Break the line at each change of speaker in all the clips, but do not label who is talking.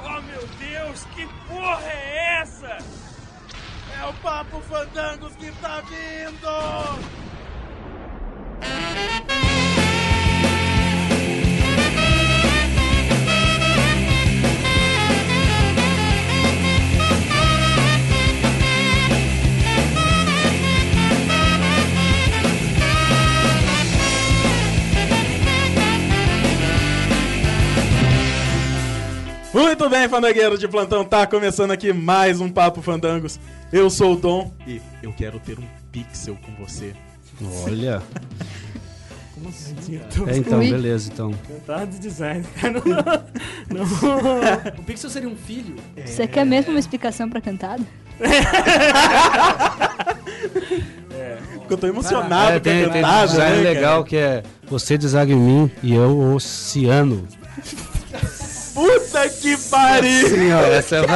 Oh, Deus, que porra é essa? É o Papo Fandangos que tá vindo!
Muito bem, fandangueiro de plantão, tá começando aqui mais um Papo Fandangos. Eu sou o Dom e eu quero ter um pixel com você.
Olha.
Eu tô
É, então,
Ui.
beleza, então.
encantado de design, cara. Não, não. O Pixel seria um filho?
Você quer mesmo uma explicação pra cantada?
Porque eu tô
Ah,
emocionado
É,
com a
tem, tem um
cantada,
design
né, cara?
legal que é você desague em mim e eu oceano.
Puta que pariu!
Senhora, essa é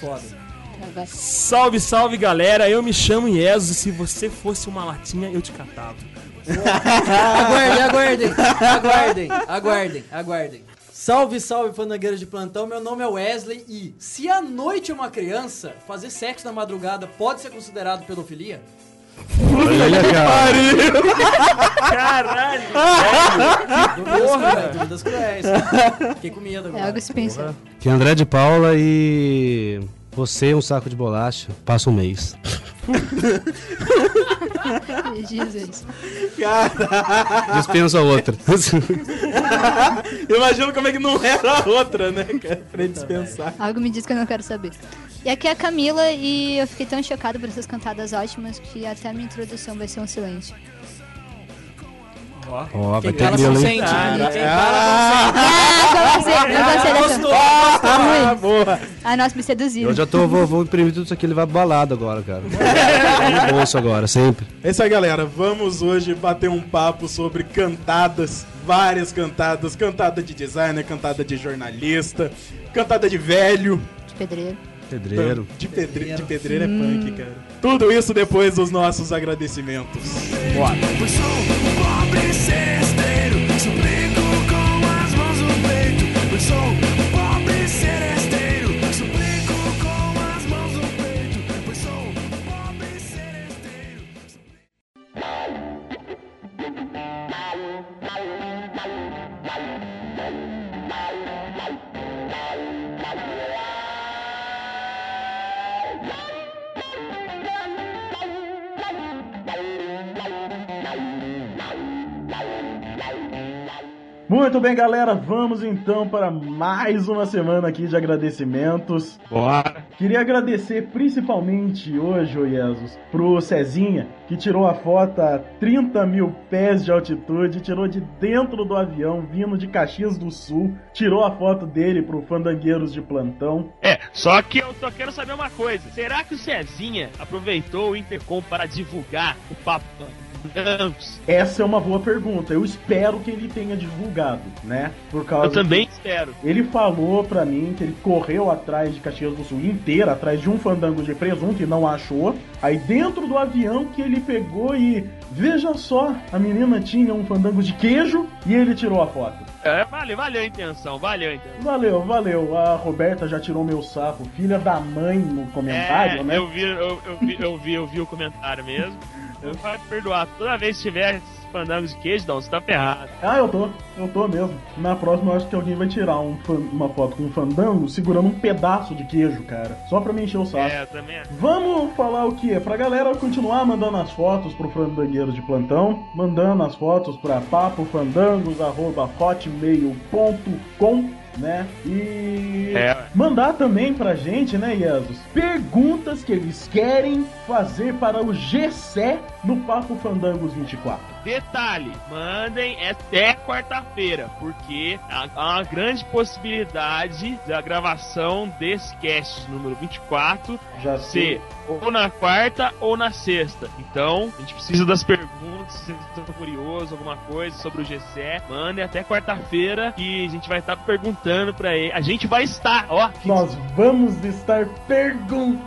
Foda.
Tá, vai.
Salve, salve, galera. Eu me chamo Ieso. Se você fosse uma latinha, eu te catava.
Aguardem, aguardem, aguardem, aguardem, aguardem. Salve, salve, fandangueiros de plantão. Meu nome é Wesley e se à noite é uma criança, fazer sexo na madrugada pode ser considerado pedofilia?
Olha, cara.
Pariu!
Caralho!
Dúvidas cruéis, dúvidas cruéis. Fiquei com medo
É algo
agora.
que se pensa.
Que é André de Paula e você um saco de bolacha. Passa um mês.
Jesus.
Dispensa outra.
Imagina como é que não era a outra, né, cara? Pra dispensar.
Algo me diz que eu não quero saber. E aqui é a Camila e eu fiquei tão chocada por essas cantadas ótimas que até a minha introdução vai ser um silêncio.
Ó, vai
Quem
ter
cala
grilo, hein?
consente, quem cala
Ah, não gostei, não gostei dessa.
consente.
Ah, boa!
Ah, nossa, me seduziram.
Eu já tô, vou, vou imprimir tudo isso aqui, ele vai balado agora, cara. Tá No bolso agora, sempre.
É isso aí, galera. Vamos hoje bater um papo sobre cantadas, várias cantadas, cantada de designer, cantada de jornalista, cantada de velho,
De pedreiro.
Pedreiro.
de pedreiro, de pedreiro é punk, cara. Tudo isso depois dos nossos agradecimentos. Bora.
Pois sou um pobre seresteiro, suplico com as mãos no peito. Pois sou um pobre seresteiro, suplico com as mãos no peito. Pois sou um pobre seresteiro.
Muito bem, galera, vamos então para mais uma semana aqui de agradecimentos. Bora! Queria agradecer principalmente hoje, ô Jesus, pro Cezinha, que tirou a foto a 30 mil pés de altitude, tirou de dentro do avião, vindo de Caxias do Sul, tirou a foto dele pro Fandangueiros de Plantão.
É, só que eu só quero saber uma coisa. Será que o Cezinha aproveitou o Intercom para divulgar o Papo Fandangos?
Essa é uma boa pergunta, eu espero que ele tenha divulgado, né? Por causa
Eu também espero.
Ele falou pra mim que ele correu atrás de Caxias do Sul inteira, atrás de um fandango de presunto e não achou. Aí dentro do avião que ele pegou e veja só, a menina tinha um fandango de queijo e ele tirou a foto.
É, valeu, valeu a intenção, valeu a intenção.
Valeu, valeu. A Roberta já tirou meu sapo, filha da mãe no comentário,
É,
né?
eu vi, eu, eu vi, eu vi, eu vi o comentário mesmo. Eu vou perdoar. Toda vez que tiver fandangos de queijo, não, você tá ferrado.
Ah, eu tô, eu tô mesmo. Na próxima eu acho que alguém vai tirar um fan- uma foto com um fandango segurando um pedaço de queijo, cara. Só pra me encher o saco.
É, eu também. acho.
Vamos falar o quê? Pra galera continuar mandando as fotos pro Fandangueiro de plantão, mandando as fotos pra papofandangos.hotmail.com, né? E
É,
mandar também pra gente, né, Iasus? Perguntas que eles querem fazer para o GC no Papo Fandangos 24.
detalhe, mandem até quarta-feira, porque há há uma grande possibilidade da gravação desse cast número 24
Já sei.
ser ou na quarta ou na sexta. Então, a gente precisa das perguntas, se vocês estão curiosos, alguma coisa sobre o GCE, mandem até quarta-feira que a gente vai estar perguntando pra ele. A gente vai estar, ó. que-
Nós vamos estar perguntando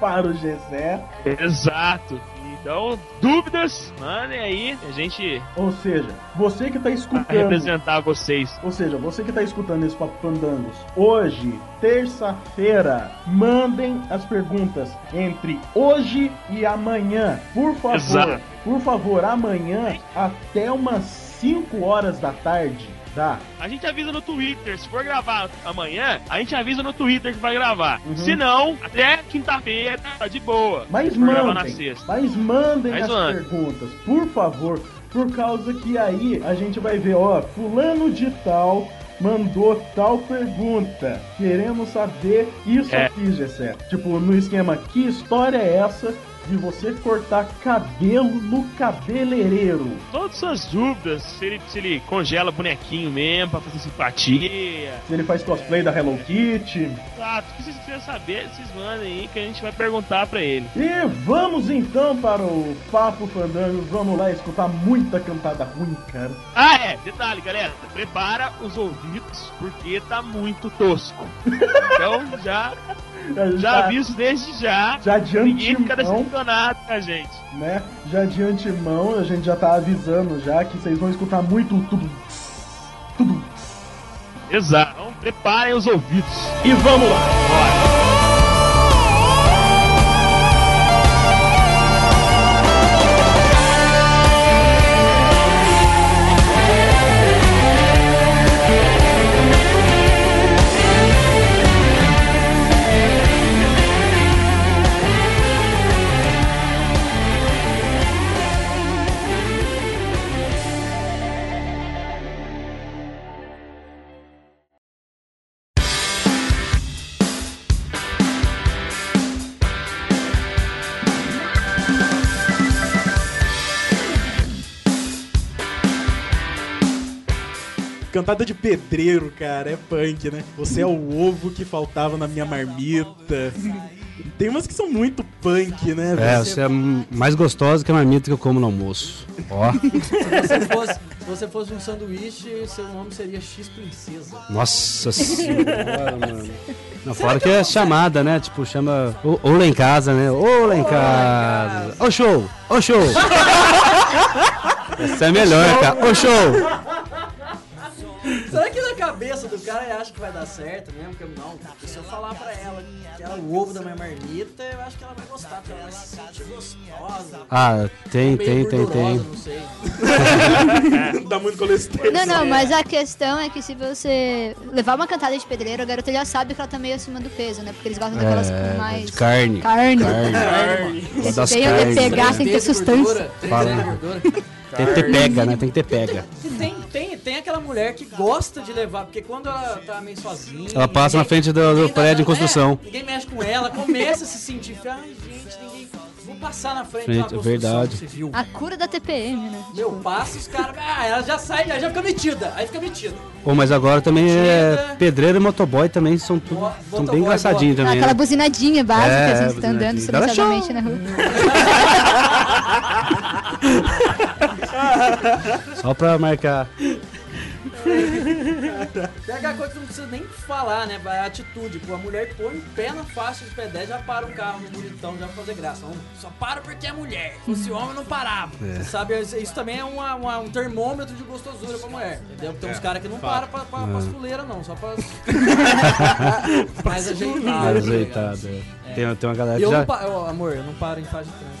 para o GC.
Exato. E Então, dúvidas, mandem aí. A gente
Ou seja, você que tá
vai
escutando.
representar vocês.
Ou seja, você que tá escutando esse Papo Fandangos, hoje, terça-feira, mandem as perguntas entre hoje e amanhã. Por favor,
Exato.
por favor, amanhã até umas 5 horas da tarde, tá?
A gente avisa no Twitter. Se for gravar amanhã, a gente avisa no Twitter que vai gravar. Se não, até quinta-feira tá de boa.
Uhum. Mas
Se for gravar na
mandem,
sexta.
mas mandem
Mas
as
mandem.
perguntas, por favor, por causa que aí a gente vai ver, ó, fulano de tal mandou tal pergunta. Queremos saber isso
É.
aqui, Gessé. Tipo, no esquema, que história é essa de você cortar cabelo no cabeleireiro?
Todas essas dúvidas, se ele, se ele congela bonequinho mesmo pra fazer simpatia.
Se ele faz cosplay da Hello Kitty.
Exato, o que vocês quiserem saber, vocês mandem aí que a gente vai perguntar pra ele.
E vamos então para o Papo Fandango. Vamos lá escutar muita cantada ruim, cara.
Ah, é, detalhe, galera, prepara os ouvidos porque tá muito tosco. Então já, já aviso desde já.
Já de
Ninguém fica
antemão,
decepcionado com a gente.
né? Já de antemão, a gente já tá avisando já que vocês vão escutar muito tudo. Tudo.
Exato. Então preparem os ouvidos.
E vamos lá!
Cantada de pedreiro, cara, é punk, né? Você é o ovo que faltava na minha marmita. Tem umas que são muito punk, né?
É,
Você-
você é mais gostosa que a marmita que eu como no almoço. Ó,
Se você fosse, se você fosse um sanduíche, seu nome seria X Princesa.
nossa senhora, mano. Não, fora que é chamada, né? Tipo, chama. Ou, ou lá em casa, né? Ou lá em casa. Ô show! Ô show! Essa é melhor, cara. Ô show!
Será que na cabeça do cara ele acha que vai dar certo mesmo? Porque não, porque se eu falar pra ela que ela é o ovo da minha marmita, eu acho que ela vai gostar, porque ela vai se sentir gostosa.
Ah, tem, tem,
meio
tem,
gordurosa,
tem.
Não sei.
Dá muito colesterol.
Não, não, mas a questão é que se você levar uma cantada de pedreiro, a garota já sabe que ela tá meio acima do peso, né? Porque eles gostam daquelas com
É,
mais.
de carne.
Carne.
Uma das
Tem a de
carnes.
pegar, tem que ter
Três dedos de
sustância.
gordura, três
Fala.
dedos de gordura.
Tem que ter pega, né? Tem que ter pega.
Tem, tem, tem aquela mulher que gosta de levar, porque quando ela tá meio sozinha.
Ela passa na frente do- do
ninguém dá-
prédio em
é,
construção.
ninguém mexe com ela, começa a se sentir. Ai, gente, ninguém. Vou passar na frente da
Frente,
construção
verdade.
civil.
A cura da TPM, né?
Meu, passa os caras. Ah, ela já sai, já, já fica metida. Aí fica metida.
Pô, mas agora também é.
Tira.
Pedreiro e motoboy também são tudo.
Mo-
São
motoboy,
bem engraçadinhos
Ah,
também.
Aquela
né?
buzinadinha básica
É,
que a gente tá andando
buzinadinha. Dá show.
silenciosamente na rua.
Só pra marcar.
Tem aquela coisa que não precisa nem falar, né? A atitude. Pô, a mulher põe o pé na faixa de pedestre, já para um carro no bonitão, já pra fazer graça. Homem, Só para porque é mulher. Se fosse homem, não parava.
É.
Você Sabe, isso isso também é uma- uma- um termômetro de gostosura pra mulher. Entendeu? Tem
É,
uns caras que não param pra, pra,
É.
pras fuleiras, não. Só pra. Mais ajeitado. tá ligado?
Ajeitado. é. Tem, tem uma galera
E
que
eu
já.
não pa- eu- amor, eu não paro em faixa de trânsito. né?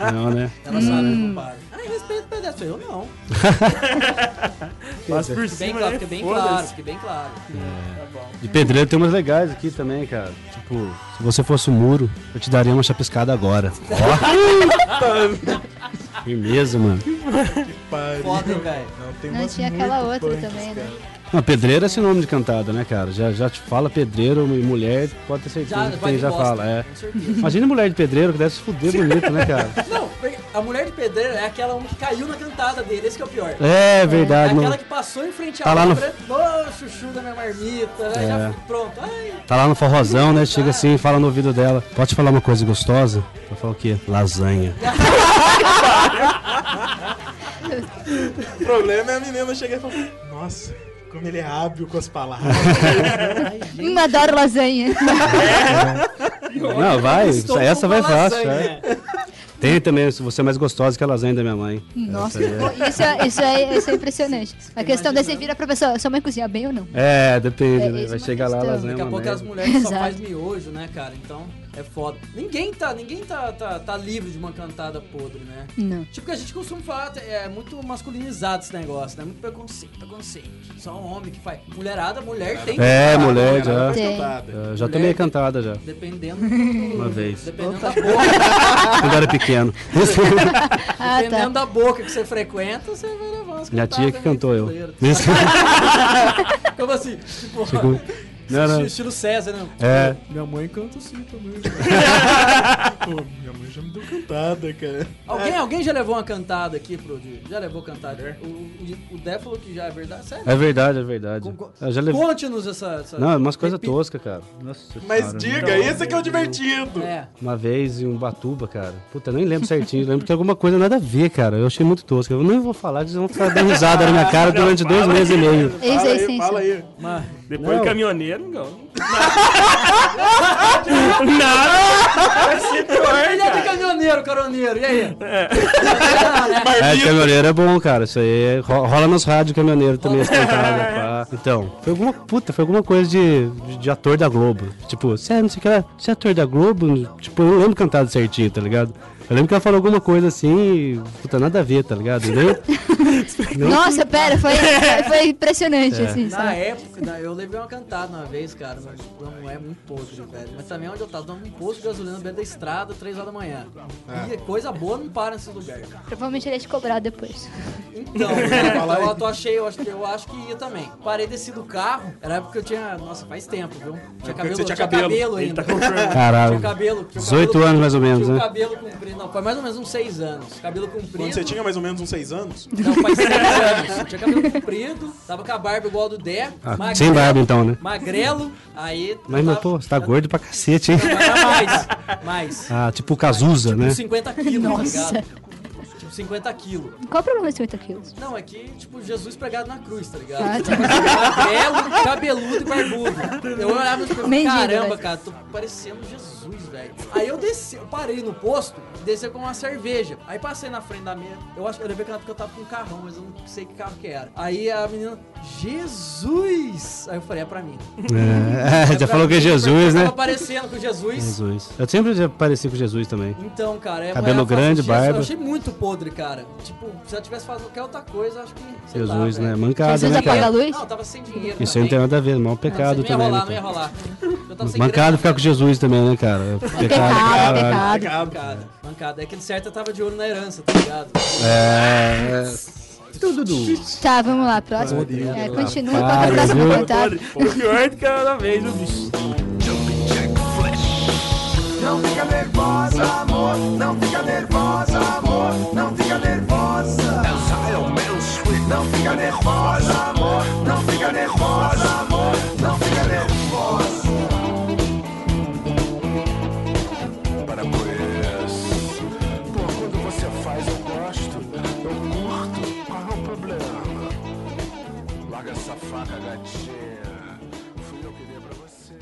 Ah, não, né?
Ela sabe, eu não
Hum.
paro. Ah, respeito o pedestre. Eu não.
Mas por
Bem
cima,
claro,
né?
fica bem
Foda-se.
claro, fica bem claro. Tá bom.
De pedreiro tem umas legais aqui também, cara. Tipo, se você fosse o muro, eu te daria uma chapiscada agora. Ó. Firmeza, mano.
Foda, hein, velho.
Não, tem
Não,
umas
tinha aquela
muito
outra
punks,
também,
cara.
né?
Não, pedreiro é sinônimo de cantada, né, cara? Já, já te fala pedreiro e mulher, pode ter certeza
Já,
que
vai
tem,
de
já
bosta,
fala. É.
Com certeza.
Imagina mulher de pedreiro que deve se fuder bonito, né, cara?
Não, porque a mulher de pedreiro é aquela uma que caiu na cantada dele, esse que é o pior.
É
É
verdade,
aquela
mano.
que passou em frente à
Tá lá no- É.
obra, ô chuchu da minha marmita, né? já fui pronto. Ai,
Tá lá no forrozão, né? Chega assim e fala no ouvido dela. Pode falar uma coisa gostosa? Ela fala o quê? Lasanha.
O problema é a menina chega e fala: Nossa, como ele é hábil com as palavras.
Hum, adoro lasanha.
Não, vai.
estou
Essa
com
vai
uma
fácil.
lasanha.
é. Tem também, se você é mais gostosa que a lasanha da minha mãe.
Nossa, isso é, isso é, isso é impressionante. A questão daí você vira pra pessoa, sua mãe cozinha bem ou não?
É, depende,
É,
né?
isso
Vai
é uma
chegar lá a
questão.
lasanha.
Daqui
é
a
uma
pouco as
merda.
mulheres só
Exato.
fazem miojo, né, cara? Então é foda. Ninguém tá, ninguém tá, tá, tá livre de uma cantada podre, né?
Não.
Tipo que a gente costuma falar, é muito masculinizado esse negócio, né? Muito preconceito, preconceito. Só um homem que faz. Mulherada, mulher tem.
É,
cantada,
mulher,
cara.
já.
Tem.
Eu Já tomei cantada já,
Dependendo do-
uma vez.
Dependendo da boca.
Quando eu era pequeno.
Ah,
dependendo da boca que você frequenta, você vai levar umas
Minha tia que
cantadas meio
cantou eu.
fuleiras. Como assim? Tipo,
Chegou. Não, não.
estilo César, né? não.
É.
Minha mãe canta assim também. Pô, minha mãe já me deu cantada, cara.
Alguém, alguém já levou uma cantada aqui, pro Di? Já levou cantada? O, o, o Dé falou que já é verdade? Sério?
É verdade, é verdade.
Co- co-
Eu já levei.
Conte-nos essa, essa-
Não, é umas coisas
Repi-
toscas, cara. Nossa
Mas
senhora.
diga, esse aqui é o divertido.
É.
Uma vez em Umbatuba, cara. Puta, eu nem lembro certinho. lembro que alguma coisa nada a ver, cara. Eu achei muito tosco. Eu nem vou falar, vocês vão ficar dando risada na minha cara durante dois meses e meio.
Isso
Fala
aí,
aí,
sim,
fala
sim.
aí.
Mas,
Depois
Não.
do caminhoneiro, não. Nada. Vai ser pior,
ele é de
cara.
caminhoneiro, caroneiro, e aí?
É, de caminhoneiro é bom, cara. Isso aí é- ro- rola nos rádios caminhoneiro também, as cantadas, pá. Então, foi alguma puta, foi alguma coisa de, de- de ator da Globo. Tipo, você é, não sei o que lá, você é ator da Globo? Tipo, eu não lembro cantado certinho, tá ligado? Eu lembro que ela falou alguma coisa assim, e, puta, nada a ver, tá ligado? Entendeu?
Nossa, pera, foi, foi- foi impressionante, assim,
Na
sabe?
época, na- eu levei uma cantada uma vez, cara, mas não é muito podre, velho. Mas também onde eu tava, dando um posto de gasolina no beira da estrada, 3 horas da manhã. E
É.
coisa boa não para nesses lugares.
Provavelmente ele ia te cobrar depois.
Então, então eu, tô- achei, eu acho, eu acho que ia também. Parei desci do carro, era a época que eu tinha. Nossa, faz tempo, viu? Tinha cabelo,
É, você tinha
tinha
cabelo.
cabelo
Ele
ainda.
tá confirmando.
Caralho.
Tinha cabelo. Tinha
18
cabelo,
anos, mais ou menos,
tinha
né?
o cabelo comprido. Não, faz mais ou menos uns 6 anos. Cabelo comprido.
Quando você tinha mais ou menos uns seis anos,
Não, faz 6 anos. Tinha cabelo comprido, tava com a barba igual a do Dé.
Ah,
magrelo-
sem barba então, né?
Magrelo, aí.
Mas, meu, pô, você tá gordo pra cacete, hein?
Mais, mais.
Ah, tipo o Cazuza, né?
Tipo 50 quilos,
Nossa.
tá ligado? Tipo 50 quilos.
Qual o problema de 50 quilos?
Não, é que, tipo, Jesus pregado na cruz, tá ligado?
Ah, tá.
Magrelo, cabeludo e barbudo. Eu olhava e falava,
Mendigo, né?"
caramba,
velho.
cara, tô parecendo Jesus, velho. Aí eu desci, eu parei no posto, desci com uma cerveja. Aí passei na frente da minha, eu acho que eu levei aquela porque eu tava com um carrão, mas eu não sei que carro que era. Aí a menina, Jesus! Aí eu falei, é pra mim.
É, já
pra
falou que é
mim, porque
Jesus,
eu
né?
Tava parecendo com Jesus.
Jesus. Eu sempre já pareci com Jesus também.
Então, cara, é
Cabelo
eu faço
grande,
Jesus,
barba.
Eu achei muito podre, cara. Tipo, se eu tivesse fazendo qualquer outra coisa, acho que. sei lá,
Jesus, né?
velho.
Mancada,
Jesus
né,
apaga a
cara?
luz?
Não, eu tava sem dinheiro.
Isso aí não
também.
tem nada a ver, mal
Não,
pecado
isso aí
também. né,
Não ia
cara?
rolar, não ia rolar. Eu tava sem
Mancado
grana,
ficar com Jesus também, né, cara? É Pecado,
Pecado,
caralho.
pecado.
Mancada, mancada. É que de certo eu tava de olho na herança, tá ligado?
É. Dudu.
Tá, vamos lá, próximo. É, continua com a
Para,
próxima
viu?
cantada.
O pior de cada vez, o bicho.
Não fica nervosa, amor. Não fica nervosa, amor. Não fica nervosa. Não fica nervosa, amor. Não fica nervosa, amor. Não fica nervosa. Para pois. Pô, quando você faz, eu gosto. Eu curto. Qual é o problema? Larga essa faca, gatinha. Fui eu que dei pra você.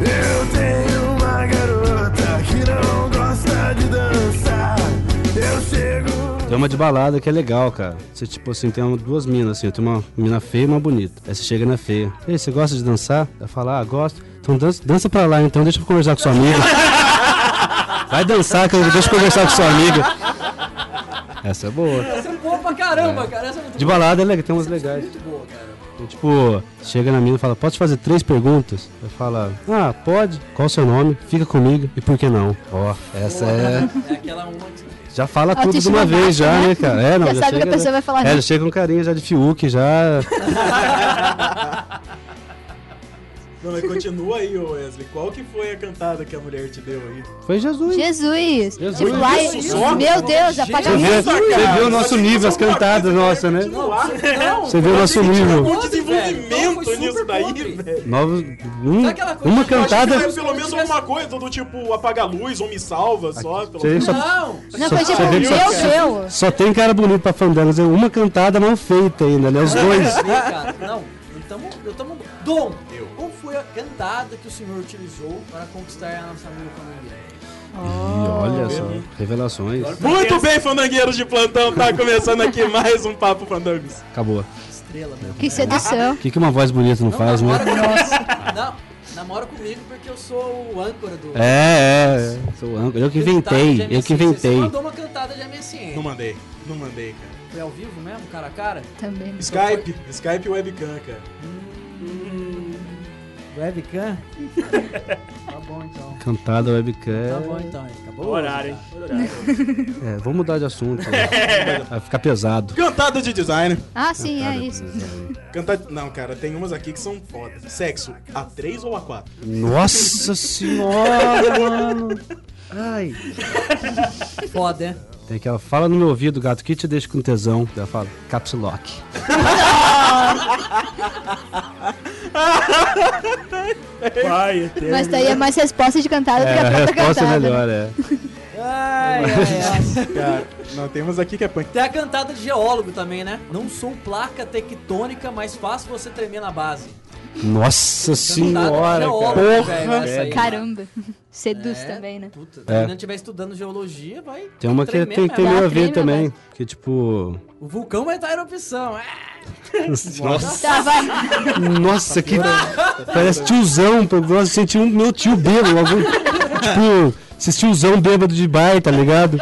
Eu tenho uma garota que não gosta de dançar. Eu chego.
Tem uma de balada que é legal, cara. Você, tipo assim, tem uma- duas minas, assim. Tem uma mina feia e uma bonita. Aí você chega na feia. Ei, você gosta de dançar? Ela fala, ah, gosto. Então dança, dança pra lá, então. Deixa eu conversar com sua amiga. Vai dançar, que eu, deixa eu conversar com sua amiga. Essa é boa.
Essa é boa pra caramba, cara. Essa é muito
De balada é legal, tem umas legais.
boa, cara.
Então, tipo, chega na mina e fala, posso te fazer três perguntas? Ela fala, ah, pode. Qual o seu nome? Fica comigo. E por que não? Ó, essa é...
É aquela uma que...
Já fala tudo de
Autoestima
uma vez
baixa,
já,
né?
né, cara? É, não,
Já sabe que a
chega,
pessoa
né?
vai falar
É,
não.
já chega com carinha já de Fiuk, já...
Não, mas continua aí, ô Wesley. Qual que foi a cantada que a mulher te deu aí?
Foi Jesus.
Jesus.
Jesus.
Tipo, lá,
Isso.
meu Deus,
Você
apaga
vê,
isso.
você vê o nosso nível, as cantadas nossas, né?
É um
Você vê o nosso nível.
muito desenvolvimento nisso daí, velho.
Novos, um-
Sabe aquela coisa
uma
que eu acho
cantada.
que
Mas Pelo menos alguma coisa do tipo apaga a luz ou me salva só. Pelo
Você só,
Ah.
Não!
Não, foi
Você
tipo,
vê
meu
que só-
Deus.
só tem cara bonito pra fandango. quer dizer, Uma cantada mal feita ainda, né? Os
Ah.
dois.
Vê, cara, Não, eu tamo, eu tamo... Dom, qual foi a cantada que o senhor utilizou para conquistar a nossa amiga Panangueira?
E olha só, revelações.
Muito bem, fandangueiros de plantão, tá começando aqui mais um Papo Fandangos.
Acabou.
Estrela, meu.
Que sedução.
O que, que uma voz bonita não, faz, né?
namora comigo. Não, namora comigo porque eu sou o âncora do...
É, é. Sou âncora. Eu que inventei, eu que
Você
inventei.
mandou uma cantada de MSN.
Não mandei, não mandei, cara.
Foi É ao vivo mesmo, cara a cara?
Também.
Skype, Skype e webcam, cara.
Webcam? tá bom então.
Cantada
Tá
webcam.
bom então, hein? acabou? o
Horário, hein?
horário.
É, vamos mudar de assunto. né? Vai ficar pesado.
Cantada de design.
Ah, sim, é isso.
Cantada. Não, cara, tem umas aqui que são foda. Sexo, A3 ou A4?
Nossa senhora, mano. Ai.
Foda, hein?
Tem aquela fala no meu ouvido, gato, que te deixa com tesão. Ela fala, caps lock.
Pai eterno.
Mas daí é mais resposta de cantada do
É,
que
a
a própria
resposta é
cantada. né?
melhor, é.
Ai, ai, ai.
Cara, não, tem umas aqui que é punk.
Tem a cantada de geólogo também, né? Não sou placa tectônica, mas faço você tremer na base.
Nossa senhora, cara.
geólogo, velho, essa aí.
Caramba. Seduz
É,
também, né?
Puta,
É.
se não estiver estudando geologia, vai.
Tem é uma que
tremer
tem, tem
mesmo.
meio a
Ela
ver
treme,
também. Que tipo.
O vulcão vai estar em erupção. Ah,
Nossa,
Tá, vai.
nossa que. Parece tiozão. Eu gosto de sentir um meu tio bêbado. Algum, tipo, esses tiozão bêbado de bar, tá ligado?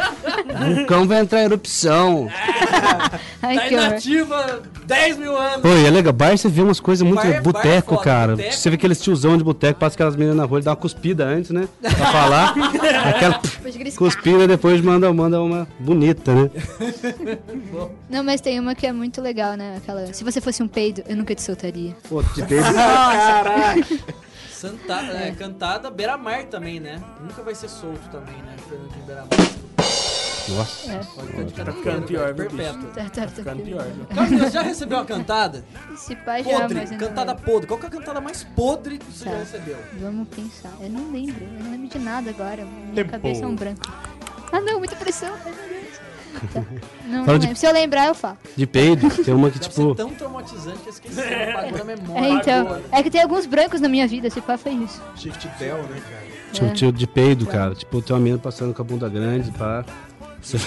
O vulcão vai entrar em erupção.
Ai,
tá
que horror.
inativa 10 mil anos.
Pô, e é legal. Bar você vê umas coisas muito.
Bar é- bar é
boteco,
foda,
cara.
boteco.
Você vê aqueles tiozão de boteco, passa aquelas meninas na rua, ele dá uma cuspida antes, né? Pra falar. Aquela
Depois de griscar.
cuspida depois manda, manda uma bonita, né?
Não, mas tem uma que é muito legal, né? Aquela. Se você fosse um peido, eu nunca te soltaria.
Pô, de beijo.
Santa, é, cantada beira-mar também, né? Nunca vai ser solto também, né? Fernandinho beira-mar.
Nossa.
Pode cantar de cada
Tá ficando
maneira,
pior,
velho,
viu, bicho?
Perpétua.
Tá, tá, tá.
Ficando pior, viu?
Carlos, você já recebeu uma cantada?
Se pá, já,
Podre,
mas eu não
cantada
lembro.
podre. Qual que é a cantada mais podre que você já
Tá.
recebeu?
Vamos pensar. Eu não lembro. Eu não lembro de nada agora. Minha
Tempo.
cabeça é um branco. Ah, não, muita pressão. Ai, meu Deus. Tá. Não, não
Fala de-
lembro. Se eu lembrar, eu falo.
De peido, tem uma que,
Deve
tipo.
ser tão traumatizante que eu esqueci, apagou na memória.
É, então.
Agora.
É que tem alguns brancos na minha vida. Se pá, foi isso.
Shift Del, né, cara?
Tipo, tiro de peido, cara. Tipo, tem uma menina passando com a bunda grande, pá. Você-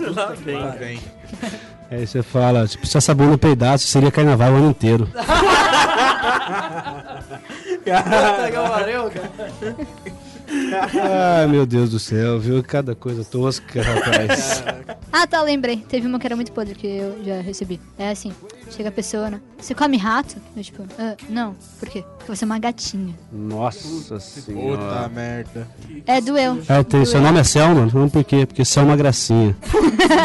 Lá vem.
Lá vem.
Aí você fala, tipo, se essa bunda peidasse, seria carnaval o ano inteiro.
Puta que pariu, cara.
Ai, meu Deus do céu, viu? Cada coisa tosca, rapaz.
Ah, tá, lembrei. Teve uma que era muito podre que eu já recebi. É assim, chega a pessoa, né? Você come rato? Eu, tipo, "Ah, não. Por quê? Porque você é uma gatinha.
Nossa senhora.
Puta merda.
É, doeu.
Ah, tem, seu
Doeu.
nome é Selma? Não, por quê? Porque você é uma gracinha.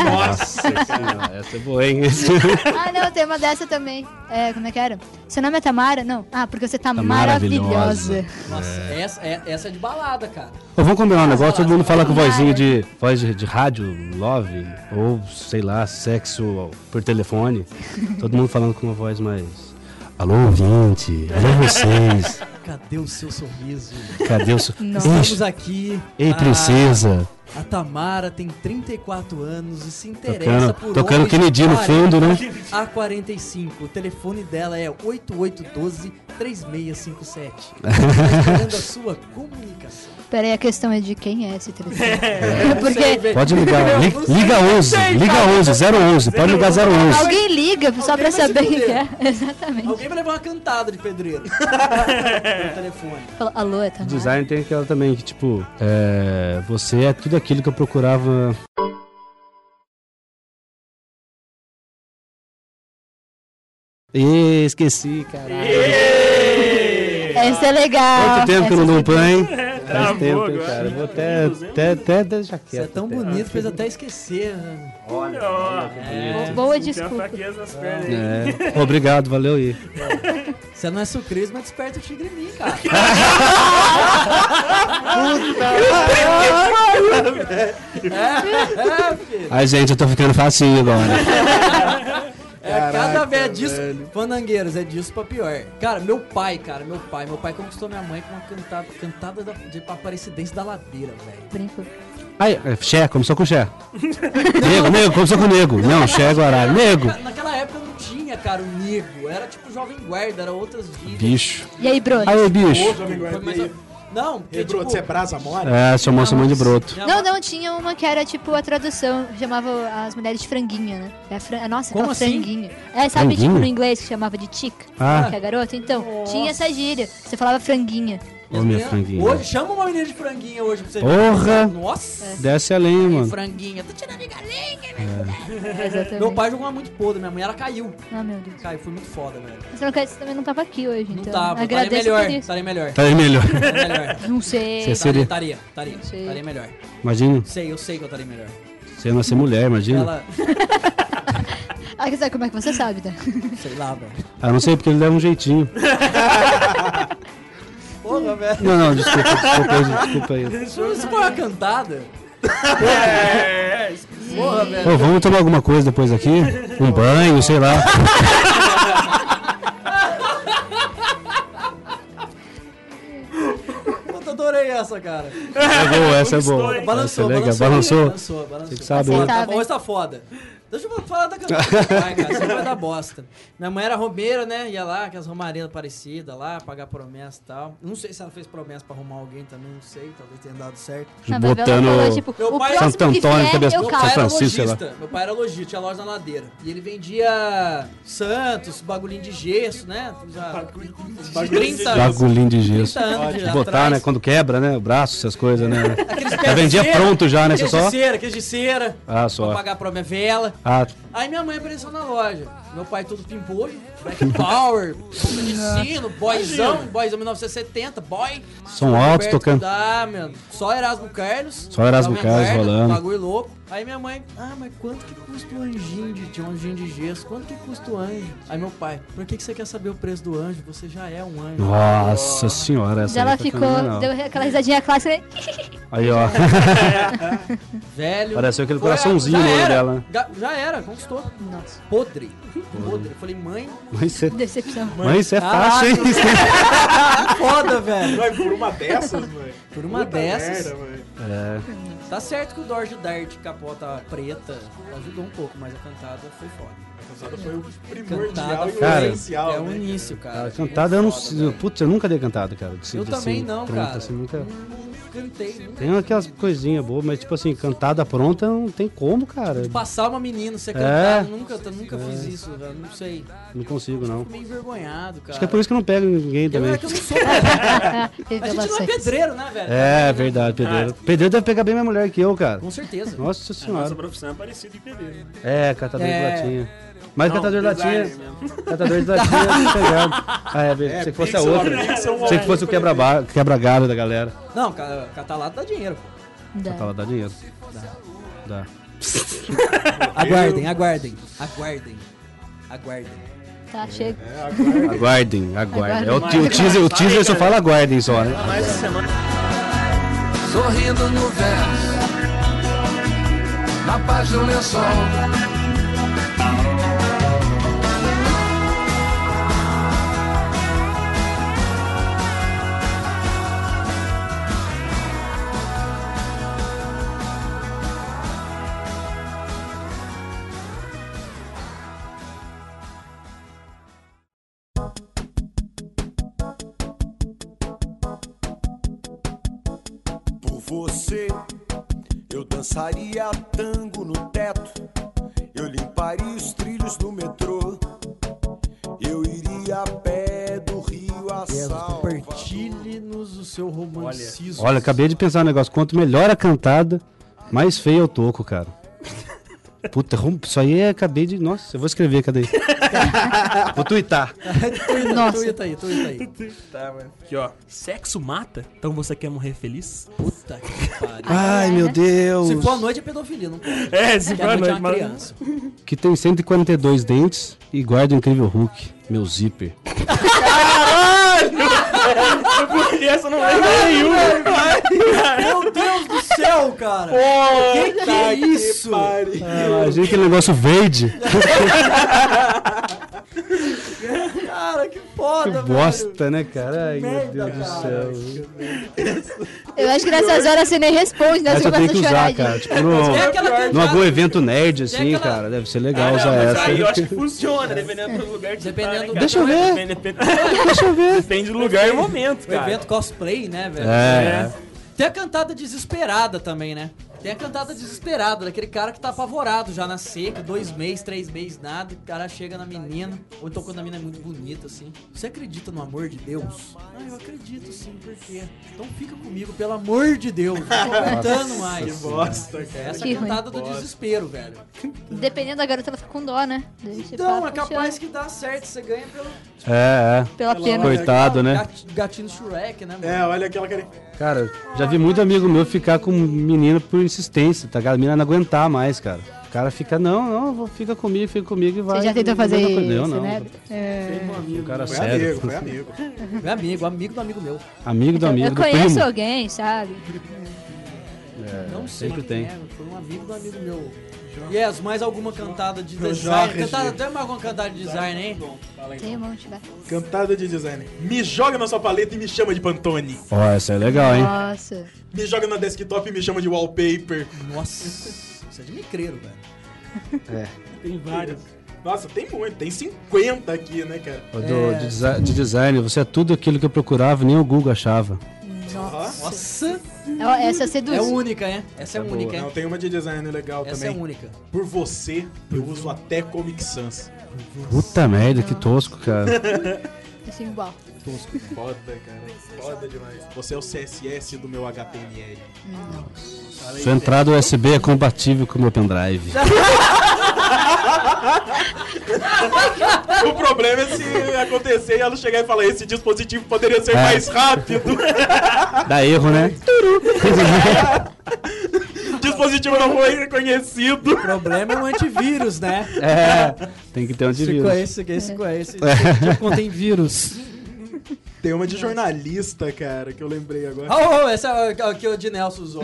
Nossa senhora, essa é boa, hein?
Ah, não, tem uma dessa também. É, como é que era? Seu nome é Tamara? Não. Ah, porque você
Tá
tá, maravilhosa.
Nossa, essa, é, essa é de balada, cara.
Ô, vamos combinar um negócio, todo mundo fala com vozinha de voz de, de rádio, love, ou sei lá, sexo por telefone. Todo mundo falando com uma voz mais. Alô, ouvinte, alô vocês,
Cadê o seu sorriso?
cadê o seu.
Então.
Estamos aqui.
Ei,
a- Ah,
princesa,
A Tamara tem 34 anos e se
tocando,
interessa por
tocando
homens de
Kennedy no
40
fundo, né?
A 45, o telefone dela é 8812-3657. Esperando a sua comunicação.
Peraí, a questão é de quem é esse telefone.
É Sei,
Porque
velho.
Pode ligar, li- liga 11, liga 11, 011, pode ligar 011.
alguém liga só
Alguém
pra
vai se
saber quem
fuder.
é. Exatamente.
Alguém vai levar uma cantada de pedreiro. no telefone.
Fala, Alô, é
O
Tamara?
design tem aquela também que, tipo, é, você é tudo aquilo que eu procurava Ih, esqueci, caralho.
Essa é legal.
Quanto tempo que eu não dou um
Essa é
pan, hein? Faz tempo, hein,
agora.
cara. Eu Vou até, até, até deixar
Você
quieto.
é tão
até.
bonito, fez até esquecer. né?
Bo- é
Tem
Boa
uma
desculpa.
fraqueza nas pernas aí.
É. Obrigado, valeu aí.
Você não é sucris, mas desperta o tigre em mim, cara. É, é, filho.
Ai, gente, eu tô ficando facinho agora.
É cada vez é disso. Fandangueiros, é disso pra pior. Cara, meu pai, cara, meu pai. Meu pai conquistou minha mãe com uma cantada, cantada da, de Aparecidense da Ladeira, velho.
Brinco.
Ai, é, Xé, começou com Xé. nego, nego, começou com nego. Não, Xé é Guará. Nego.
Na- Naquela época não tinha, cara, o Nego. Era tipo Jovem Guarda, era outras vidas.
Bicho.
E aí, bro?
Aí, bicho.
Foi mais ou- Não, porque
Lembrou,
tipo...
você é brasa mora?
É, sou moça mãe de broto.
minha
Não,
mãe-
não, tinha uma que era tipo a tradução, chamava as mulheres de franguinha, né? É a fran... ah, Nossa,
Como
aquela
assim?
franguinha. É, sabe, tipo,
Franguinha?
no inglês que chamava de chica,
Ah.
que é garota? Então, tinha essa gíria. Você falava franguinha.
Ô, minha
minha-
franguinha.
Hoje, chama uma menina de franguinha hoje pra você
Porra!
Nossa!
Desce a lenha, mano.
Franguinha, tô tirando de galinha!
Exatamente.
Meu pai jogou uma muito podre, minha mãe, ela caiu.
Ah, meu Deus.
Caiu, foi muito foda, velho.
Você, não quer, você também não tava aqui hoje,
Não
então.
tava, estaria
Agradeço
melhor,
por isso.
estaria melhor,
Tá aí melhor.
estaria melhor.
Não sei.
Você
Estaria,
seria.
estaria, estaria,
Sei.
estaria melhor.
Imagina,
Sei, eu sei que eu estaria melhor.
você não ia ser mulher, imagina.
Ela,
Ah, sabe como é que você sabe, tá?
sei lá, velho.
Ah, não sei, porque ele leva um jeitinho.
Porra, velho.
Não, não, desculpa, desculpa, desculpa aí.
Isso foi uma cantada? Porra, velho.
Ô, vamos tomar alguma coisa depois aqui? Um banho, sei lá.
Puta, adorei essa, cara.
É boa, essa é boa. Essa é
Balançou,
legal.
balançou.
Balançou?
Balançou, balançou.
que sabe,
Tá
né?
foda, tá, hoje tá foda. Deixa eu falar da cantada do meu pai, cara. Isso vai dar bosta. Minha mãe era romeira, né? Ia lá, aquelas romarias parecidas lá, pagar promessa e tal. Não sei se ela fez promessa pra arrumar alguém também, não sei. Talvez tenha dado certo.
Na novela
Botando
falou, tipo,
Meu
o
pai- é
próximo
Santo
que
Antônio,
vier,
cabeça-
eu
Meu
São
pai
caso.
era
Francisco, sei lá.
lojista. Meu pai era lojista, tinha loja na ladeira. E ele vendia Santos, bagulhinho de gesso, né? Já, 30 anos.
Bagulhinho de gesso.
30 anos de
Botar,
atrás.
né? Quando quebra, né? O braço, essas coisas, né?
Aqueles
Já
pés de
vendia
cera,
pronto já, né? Você
Aqueles
só.
de cera, aqueles de cera.
Ah,
Pra
só.
pagar pra minha vela.
Ah,
Aí minha mãe apareceu na loja. Meu pai todo pimpolho, Black Power, puta de sino, boyzão, boyzão 1970, boy.
Som alto
Roberto
tocando.
Dá, mano. Só Erasmo Carlos.
Só Erasmo
Jovem
Carlos
Guarda,
rolando.
Bagulho louco. Aí minha mãe, ah, mas quanto que custa o anjinho de, de um anjinho de gesso? Quanto que custa o anjo? Aí meu pai, por que, que você quer saber o preço do anjo? Você já é um anjo.
nossa senhora, essa
Já ela
aí tá
ficou,
fenomenal.
deu aquela risadinha clássica. né?
Aí, ó.
Velho.
Pareceu aquele
Foi a-
coraçãozinho
já
no olho
era.
dela. né?
Ga- Já era, conquistou.
Nossa,
Podre. Podre. Eu Falei, mãe,
Mas você.
decepção.
Mas isso é
Caraca.
fácil, hein?
foda, velho.
Vai por uma dessas, velho.
Por uma dessas.
velho.
É,
Tá certo que o Dodge Dart capota preta ajudou um pouco, mas a cantada foi foda.
A cantada foi o primordial
Cantada
e
foi
o
Cara,
essencial,
é o
né?
início, cara.
a cantada eu não.
Foda,
sei-
velho.
Putz, eu nunca dei cantada, cara. de-
Eu
de-
também
assim,
não,
pronta,
cara.
assim, nunca-
Não cantei. nunca.
Tem aquelas coisinhas boas, mas tipo assim, cantada pronta não tem como, cara.
Passar uma menina, você
É.
cantar, eu nunca, eu nunca fiz isso, velho. Não sei.
Não consigo, não.
Fico meio envergonhado, cara.
Acho que é por isso que eu não pego ninguém
Eu,
também.
é que eu não sou, velho. A gente não é
Revelações.
pedreiro, né, velho?
É, verdade, Pedreiro. Pedreiro deve pegar bem mais mulher que eu, cara.
Com certeza.
Nossa
Ah, Nossa
senhora.
profissão é parecida com TV. né?
É, catador
É.
de latinha. Mas catador de
designer
latinha. Catador de latinha eu pegava. Ah, é, verdade. se fosse a
pixel,
outra.
pixel,
Se fosse o quebra-ba- quebra-galho da galera.
Não, ca- catar lata dá dinheiro. pô.
Dá.
Tá, ela dá dinheiro. Dá.
Aguardem, aguardem. Aguardem. Aguardem.
Tá, chega.
Aguardem, aguardem. É o,
Aguardem.
o teaser, o teaser só fala aguardem só, né?
Mais uma semana.
Sorrindo no verso, na paz do lençol.
Por você, eu dançaria tango no teto. Eu limparia os trilhos do metrô. Eu iria a pé do Rio a Salvador.
Compartilhe-nos o seu romancismo.
é Olha, acabei de pensar um negócio. Quanto melhor a cantada, mais feio eu toco, cara. Puta, rom- isso aí eu acabei de. Nossa, eu vou escrever, cadê? vou tuitar.
Tuita,
Nossa.
tuita aí, tuita aí.
Tá, mano. Aqui, ó. Sexo mata? Então você quer morrer feliz?
Puta que pariu.
Ai,
é,
meu
né?
Deus.
Se for à noite é pedofilia, não pode.
É, se
Porque
for à
é
noite,
uma
mas-
criança.
Que tem 142 dentes e guarda o incrível Hulk. Meu zíper.
Eu por essa não lembro nenhum.
Meu Deus do céu, cara! que que é isso?
Imagina Ah, aquele negócio verde.
Cara, que foda, velho.
Bosta, né, cara? Ai, meu
merda,
Deus do
cara.
céu.
Eu acho que nessas horas você nem responde, né?
Essa
Você
eu tenho que
começa
usar,
a chorar. de-
cara. Tipo, no,
É aquela
num algum
penteada,
evento nerd, assim,
aquela-
cara. Deve ser legal usar
Mas
essa.
aí eu acho que funciona, dependendo do lugar que você
Dependendo
tá, né,
do-
cara?
Deixa eu ver.
Depende,
Deixa eu ver.
depende do lugar e momento,
o
cara.
evento cosplay, né, velho?
É.
Tem a cantada desesperada também, né? Tem a cantada desesperada, daquele cara que tá apavorado já na seca, dois meses, três meses, nada. O cara chega na menina, ou então quando a menina é muito bonita, assim. Você acredita no amor de Deus? Ah, eu acredito sim, por quê? Então fica comigo, pelo amor de Deus. Não tô aguentando mais. Que bosta, cara. Essa
Que ruim.
cantada do desespero, velho.
Dependendo da garota, ela fica com dó, né? Daí você
Então,
fala,
é capaz
"Puxa,
que dá certo, você ganha pelo.
É, é.
Pela pena.
Coitado, né?
Gat- Gatinho Shrek, né, mano?
É, olha aquela cara.
Cara, já vi muito amigo meu ficar com menino por insistência, tá ligado? A menina não aguentar mais, cara. O cara fica, não, não, vou- fica comigo, fica comigo e vai.
Você já tentou
Não
fazer
deu,
isso,
não.
né? É...
O cara
Foi um
sério. assim.
amigo, foi amigo.
Meu É amigo, amigo do amigo meu.
Amigo do amigo
Eu
do
conheço
primo.
alguém, sabe?
Não sei
sempre tem.
quem é, foi um amigo do amigo meu. Yes, mais alguma cantada de
Jorge.
design? Cantada, tem mais alguma cantada de design, hein?
Tem um monte, vai.
Cantada de design. Me joga na sua paleta e me chama de Pantone.
Ó, essa é legal, hein?
Nossa.
Me joga na desktop e me chama de wallpaper.
Nossa, isso é de micreiro, velho.
Tem vários. Nossa, tem muito, tem 50 aqui, né, cara?
Ó, do- de, desi- de design, você é tudo aquilo que eu procurava, nem o Google achava.
Nossa.
Nossa,
Ó, Essa seduz.
é única, hein? Essa é, única,
Não,
hein?
tem uma de design legal
Essa é
também.
única.
Por você, eu uso até Comic Sans.
Puta merda, que tosco, cara.
Assim, igual.
Foda, cara. Foda demais. Você é o CSS do meu HTML.
Sua entrada USB é compatível com o meu pendrive.
O problema é se acontecer e ela chegar e falar: esse dispositivo poderia
É.
ser mais rápido.
Dá erro, né?
dispositivo não foi reconhecido.
O problema é o antivírus, né?
É, tem que ter um antivírus.
Esse com esse, com esse. Esse aqui contém vírus.
Tem uma de jornalista, cara, que eu lembrei agora.
Oh, oh, essa é a- a que o de Nelson usou.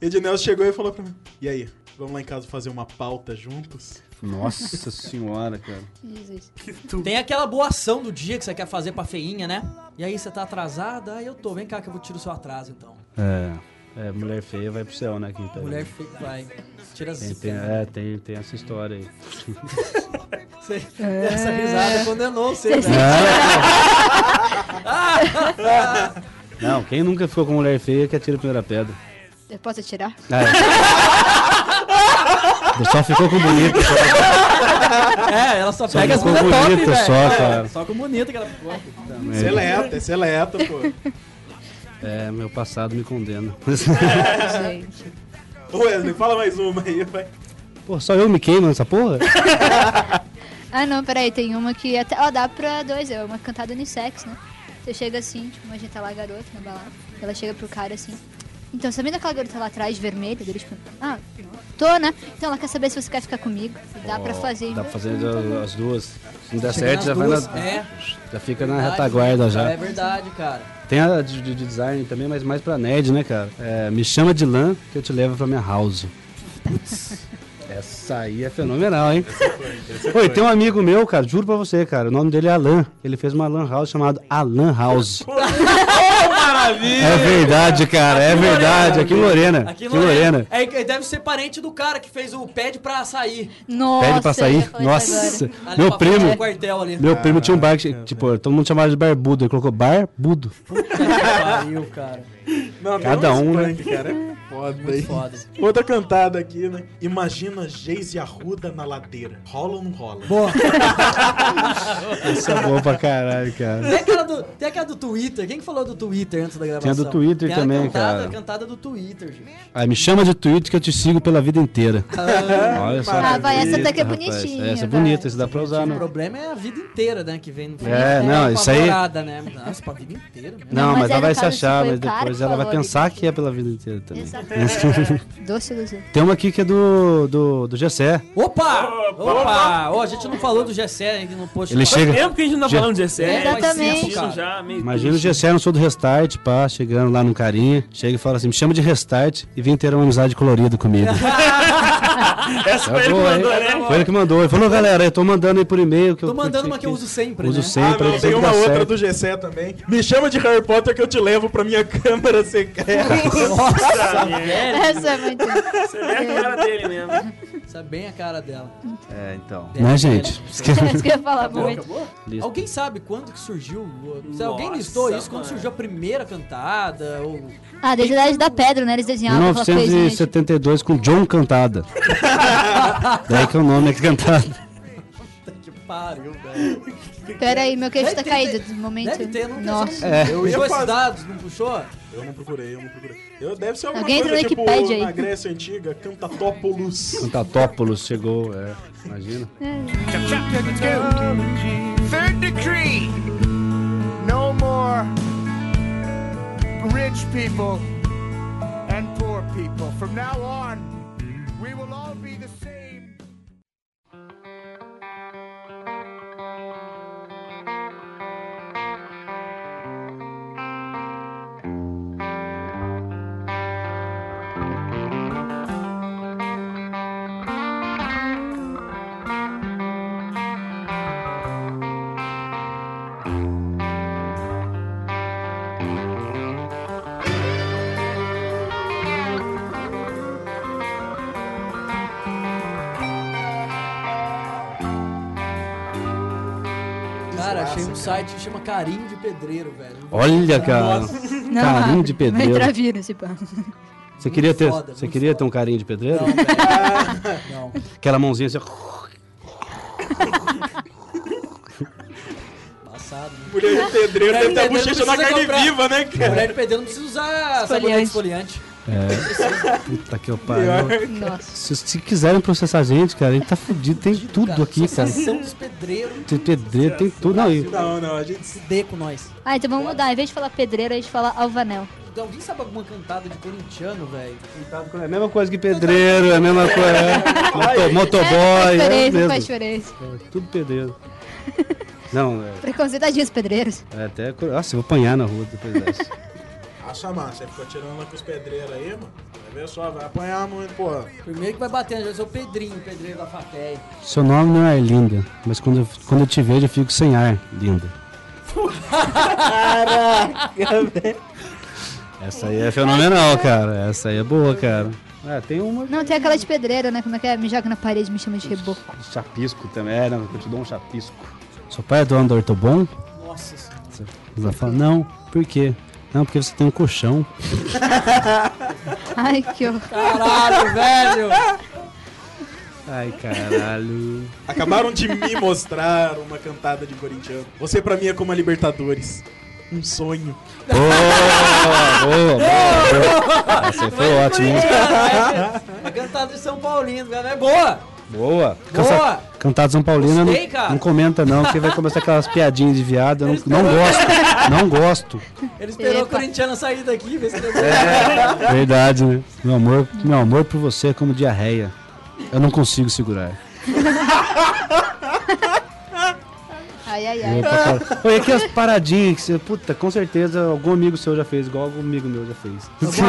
Ednelson chegou e falou pra mim: E aí, vamos lá em casa fazer uma pauta juntos?
Nossa senhora, cara.
Jesus.
Tem aquela boa ação do dia que você quer fazer pra feinha, né? E aí você tá atrasada, aí eu tô. Vem cá que eu vou tirar o seu atraso então.
É, é, mulher feia vai pro céu, né? Aqui, tá
Mulher
vendo?
feia vai. Tira a
Tem, tem,
zica.
é, tem, tem essa história aí.
Você- Essa
É.
risada condenou você, né? velho.
Não, quem nunca ficou com mulher feia que atira a primeira pedra.
Eu posso tirar?
É. Só ficou com bonito, só
É, ela só
Só
pega as
ficou
coisas top,
bonita
velho.
só, cara.
É, Só com bonita que ela ficou.
mesmo.
Seleta, é seleta, pô.
É, meu passado me condena.
Gente.
Ô, Wesley, fala mais uma aí, vai.
Pô, só eu me queimo nessa porra?
Ah, não, peraí, tem uma que até. Ó, dá pra dois, é uma cantada unissex, né? Você chega assim, tipo, imagina tá lá a garota na balada, ela chega pro cara assim. Então, você vendo aquela garota lá atrás, vermelha, dele, tipo, ah, tô, né? Então ela quer saber se você quer ficar comigo. Dá pra fazer. então.
Dá pra fazer as duas. Se não der
Chega
certo,
nas
já
duas,
vai na.
é.
Já fica na
Verdade,
retaguarda tá já.
É verdade, cara.
Tem a de, de- de design também, mas mais pra nerd, né, cara? É, me chama de lã que eu te levo pra minha house. Essa aí é fenomenal, hein? Oi, tem um amigo meu, cara, juro pra você, cara. O nome dele é Alan. Ele fez uma Lan House chamada Alan House.
Maravilha!
É verdade, cara, é verdade. Aqui em Lorena. Aqui em Lorena.
É, que deve ser parente do cara que fez o pede pra sair.
Nossa,
Pede pra
eu ia
sair.
falar
Nossa,
isso agora.
Ali
meu
pra frente
primo.
do quartel ali.
Meu primo tinha um bar que, tipo, todo mundo chamava de barbudo. Ele colocou barbudo.
Pariu, cara.
Não, tem
Cada
uns
um, né?
punk, cara. É foda,
Muito
hein?
foda.
Outra cantada aqui, né? Imagina Geis e Arruda na ladeira. Rola ou não rola?
Boa.
Isso é bom pra caralho, cara.
Tem aquela, do, tem aquela do Twitter. Quem que falou do Twitter antes da gravação?
Tinha do Twitter
Tem a
também,
cantada,
cara.
A cantada do Twitter, gente.
Aí me chama de tweet que eu te sigo pela vida inteira. Olha só.
Ah, vai, essa daqui é
rapaz.
bonitinha.
Essa é
vai.
bonita, essa dá pra usar,
O
né?
problema é a vida inteira, né? Que vem no filme.
É, não, isso aí-
apavorada, Né? Nossa, pra vida inteira mesmo.
Não,
Não,
mas,
mas
ela
aí,
vai
no
se
caso, isso
achar,
foi
mas
o cara
depois
que
ela vai
falou,
pensar
amigo.
que é pela vida inteira também.
Exatamente. Doce ilusão.
Tem uma aqui que é do, do, do Gessé.
Opa! Opa! Ó, a gente não falou do Gessé ainda no post.
Ele
Faz
chega-
Tempo que a gente não tá
Já-
falando de
tempo,
ECE.
É,
faz
Exatamente.
tempo,
Isso
cara.
já meio
Imagina o
triste.
Gessé, eu não sou do Restart, pá, chegando lá num carinha. Chega e fala assim, me chama de Restart e vem ter uma amizade colorida comigo.
Essa
Tá
foi ele que
boa,
mandou,
hein?
né?
Foi ele que mandou. Ele falou, galera, eu tô mandando aí por e-mail. Que
Tô
eu curti
mandando uma que eu
aqui."
uso sempre,
Uso
né?
Ah,
sempre.
não,
ele
tem
sempre
uma
dá
outra
certo.
do Gessé também. Me chama de Harry Potter que eu te levo pra minha câmara secreta.
Nossa, velho.
Essa é muito.
Você vê a
tá
cara dele mesmo.
Isso é bem a cara dela.
É, então.
É,
Né,
ele-
gente?
É isso que eu ia falar, momento.
Isso.
Alguém sabe quando que surgiu? Se alguém
Nossa,
listou isso, quando
mano.
surgiu a primeira cantada? Ou...
Ah, desde a idade da pedra, né? Eles desenhavam aquela coisinha. tipo-
1972 com John Cantada. Daí que o nome é Cantada.
Puta que pariu, velho.
Pera aí, meu queixo
Deve
tá
ter-
caído no momento.
Deve ter, não tem
Nossa.
É.
essa- Eu
ia
puxou esses
fazer.
dados, não puxou?
Eu não procurei, eu não procurei. Eu, deve ser alguma
Alguém entra
coisa
no
tipo
Wikipedia aí.
na Grécia Antiga, Cantatópolis.
Cantatópolis chegou, é. Imagina.
Third decree. No more rich people and poor people. From now on, we will all be the same.
Cara, achei um site que chama Carinho de Pedreiro, velho.
Olha, cara.
Não,
Carinho
ah,
de pedreiro.
Vai entrar vírus, tipo.
Você queria ter,
foda,
você
muito
queria
foda.
ter um carinho de pedreiro?
Não, velho. Não.
Aquela mãozinha assim.
Passado. né?
Mulher de pedreiro
Mulher de
deve ter a
pedreiro
bochecha na
precisa
carne
comprar.
viva, né, cara?
Mulher de pedreiro não precisa usar sabonete esfoliante.
Puta que eu pariu.
Nossa.
Se, se quiserem processar a gente, cara, a gente tá fudido. Tem tudo aqui, cara.
Associação dos pedreiros
Tem pedreiro, tem tudo. Não, e
Não, não, a gente
se dê com nós.
Ah, então vamos mudar. Em vez de falar pedreiro, a gente fala alvanel.
Então, Alguém sabe alguma cantada de corintiano, velho?
É a mesma coisa que pedreiro, é a mesma coisa. é. Moto- motoboy,
faz
é,
diferença, não faz
mesmo.
diferença.
É tudo pedreiro. Não, é,
Preconceito é disso, pedreiros.
é até. cur- Nossa, eu vou apanhar na rua depois dessa.
acha massa. Você ficou tirando lá com os pedreiros aí, mano. Vai ver só, vai apanhar muito, pô.
Primeiro que vai bater, já sou o Pedrinho, pedreiro da Fatei.
Seu nome não é Linda, mas quando eu, quando eu te vejo eu fico sem ar, Linda. Essa aí é fenomenal, cara. Essa aí é boa, cara. Ah, tem uma
Não, tem aquela de pedreiro, né? Como é que é? Me joga na parede, me chama de reboco.
de chapisco também. É, não, eu te dou um chapisco. Seu pai é dono da Ortobon?
Nossa senhora.
Ela fala, não, por quê? Não, porque você tem um colchão.
Ai, que horror.
Caralho, velho!
Ai, caralho.
Acabaram de me mostrar uma cantada de corintiano. Você pra mim é como a Libertadores. Um sonho.
Boa, boa, boa, boa. Essa aí foi ótima, hein?
É cantada de São Paulino, velho. É boa!
Boa.
Boa.
Cantado São Paulino
Gostei,
não,
cara.
não comenta não, que vai começar aquelas piadinhas de viado. Eu não, não gosto, não gosto.
Ele esperou o
Epa.
corintiano sair daqui, ver se deu
É. Verdade, né? Meu amor, meu amor por você é como diarreia. Eu não consigo segurar.
Ai, ai, ai.
Opa, cara. Olha aqui é as paradinhas que você, puta, com certeza algum amigo seu já fez, igual algum amigo meu já fez.
Amigo,